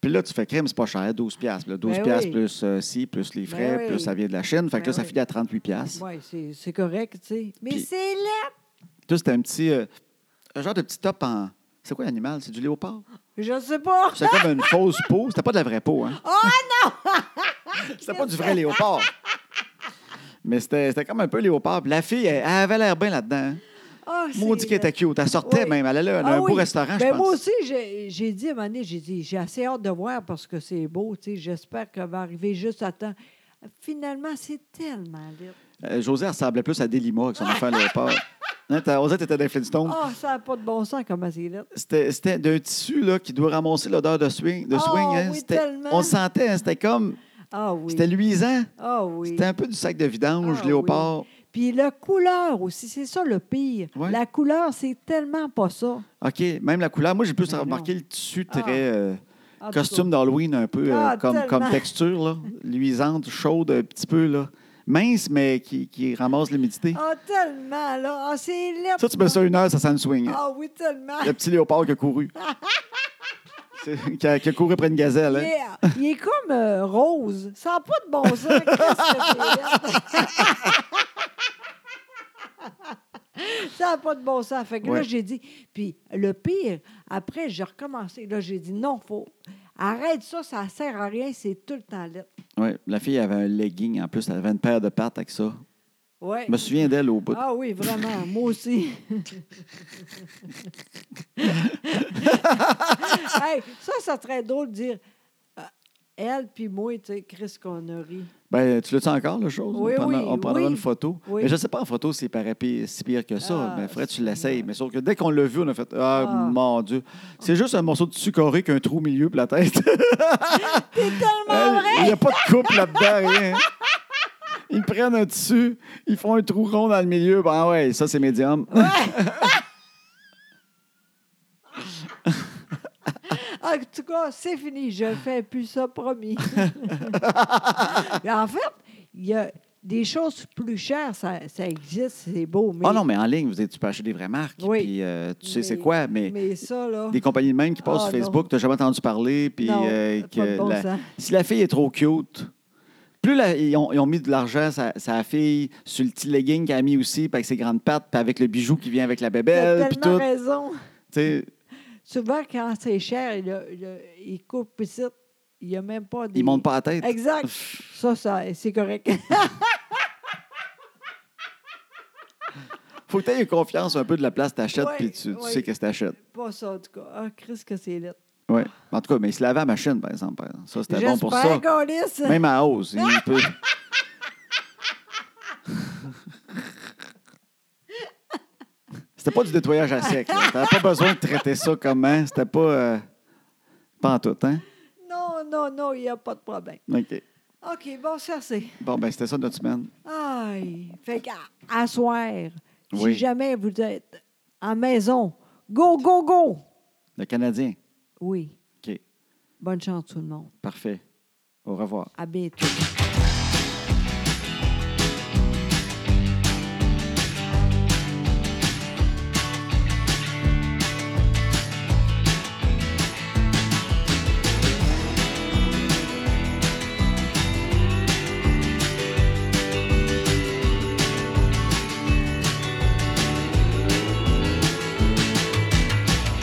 Puis là, tu fais crème, c'est pas cher, 12 piastres. là. 12 Ben piastres oui. Ben plus euh, ci, plus les frais, oui. plus ça vient de la Chine. Fait que Ben là, ça oui. finit à 38 piastres. Oui, c'est- c'est correct, tu sais. Mais Puis- c'est laid. Toi, c'était un petit... euh, un genre de petit top en... C'est quoi l'animal? C'est du léopard? Je sais pas. C'était comme une fausse peau. C'était pas de la vraie peau, hein? Oh non! [laughs] c'était pas du vrai léopard. Mais c'était c'était comme un peu léopard. Puis la fille, elle, elle avait l'air bien là-dedans. hein. Ah, c'est Maudit qu'elle laid. était cute. Elle sortait Oui. même. Elle allait à un, Ah un beau oui. restaurant, Ben, je Moi pense. aussi, j'ai j'ai dit à un moment donné, j'ai dit, j'ai assez hâte de voir parce que c'est beau, tu sais, j'espère qu'elle va arriver juste à temps. Finalement, c'est tellement laid. Euh, José elle ressemblait plus à Delima avec son affaire [laughs] léopard. Hein, t'as- Osette était dans Flintstone. Ah, ça n'a pas de bon sens comment c'est laid. C'était c'était d'un tissu là, qui doit ramasser l'odeur de swing. De Oh, swing hein. oui, C'était- tellement. on le sentait, hein, c'était comme. Ah oui. C'était luisant. Ah oui. C'était un peu du sac de vidange, Ah, léopard. Puis la couleur aussi, c'est ça le pire. Ouais. La couleur, c'est tellement pas ça. OK, même la couleur. Moi, j'ai plus Mais remarqué le tissu très. Ben Ah. euh, En tout Costume d'Halloween un peu euh, Ah, comme, comme tellement. texture, là, luisante, chaude, un petit peu, là, mince, mais qui, qui ramasse l'humidité. cas. Ah, tellement, là. Ah, c'est laid. Ça, tu mets ça une heure, ça sent le swing. Ah oui, tellement. Le petit léopard qui a [laughs] couru. C'est- qui, a, qui a couru après une gazelle. hein. Il est, il est comme euh, rose. Ça n'a pas de bon sens. Qu'est-ce que c'est? Ça n'a pas de bon sens. Fait que là, Ouais. j'ai dit. Puis le pire, après, j'ai recommencé. Là, j'ai dit non, faut. Arrête ça, ça ne sert à rien, c'est tout le temps là. Ouais, la fille avait un legging en plus, elle avait une paire de pattes avec ça. Ouais. Je me souviens d'elle au bout. Ah oui, vraiment, moi aussi. [laughs] Hey, ça, ça serait drôle de dire euh, elle puis moi, tu sais, Chris qu'on a ri. Ben, tu l'as-tu encore, la chose? Oui, on prendra, oui, on prendra oui. une photo. Oui. Mais je ne sais pas en photo s'il paraît pire, si pire que ça. Ah, mais Fred, tu c'est- l'essayes. Mais sauf que dès qu'on l'a vu, on a fait Ah, Ah. mon Dieu. C'est juste un morceau de tissu coré qu'un trou au milieu pour la tête. C'est [laughs] tellement vrai! [laughs] Il n'y a pas de coupe là-dedans, rien. Ils prennent un tissu, ils font un trou rond dans le milieu. Ben ouais, ça, c'est médium. Ah, [laughs] En tout cas, c'est fini. Je ne fais plus ça, [laughs] promis. Mais en fait, il y a des choses plus chères, ça, ça existe, c'est beau. Mais, Ah non, mais en ligne, vous dites, tu peux acheter des vraies marques. Oui. Puis euh, tu sais, Mais- c'est quoi. Mais, mais ça, là. des compagnies de même qui passent Ah, sur Facebook, tu n'as jamais entendu parler. Puis non, euh, pas que de bon la- sens. Si la fille est trop cute, plus la- ils, ont, ils ont mis de l'argent sa, sa fille sur le petit legging qu'elle a mis aussi, puis avec ses grandes pattes, puis avec le bijou qui vient avec la T'as bébelle, puis tellement tout. raison. Tu sais, Souvent, quand c'est cher, le- le- ils coupent petit, il n'y a même pas des. Ils montent pas la tête. Exact. Ça, ça c'est correct. [laughs] Faut que tu aies confiance un peu de la place que t'achètes, Ouais, puis tu, tu ouais. sais qu'est-ce que t'achètes. pas ça, en tout cas. Ah, Chris, que c'est laid. Oui. En tout cas, mais il se lavait à la machine, par exemple. par exemple. Ça, c'était J'espère bon pour ça. qu'on lisse. Même à hausse. Il peut... C'était pas du nettoyage à sec. là. T'avais pas besoin de traiter ça comme hein. C'était pas. euh, Pas en tout, hein? Non, non, non, il n'y a pas de problème. OK. OK, bon, ça, c'est. Bon, ben c'était ça notre semaine. Aïe. Fait qu'à à soir, Oui. si jamais vous êtes en maison, go, go, go! Le Canadien. Oui. OK. Bonne chance, tout le monde. Parfait. Au revoir. À bientôt.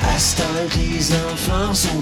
À ce temps que les enfants sont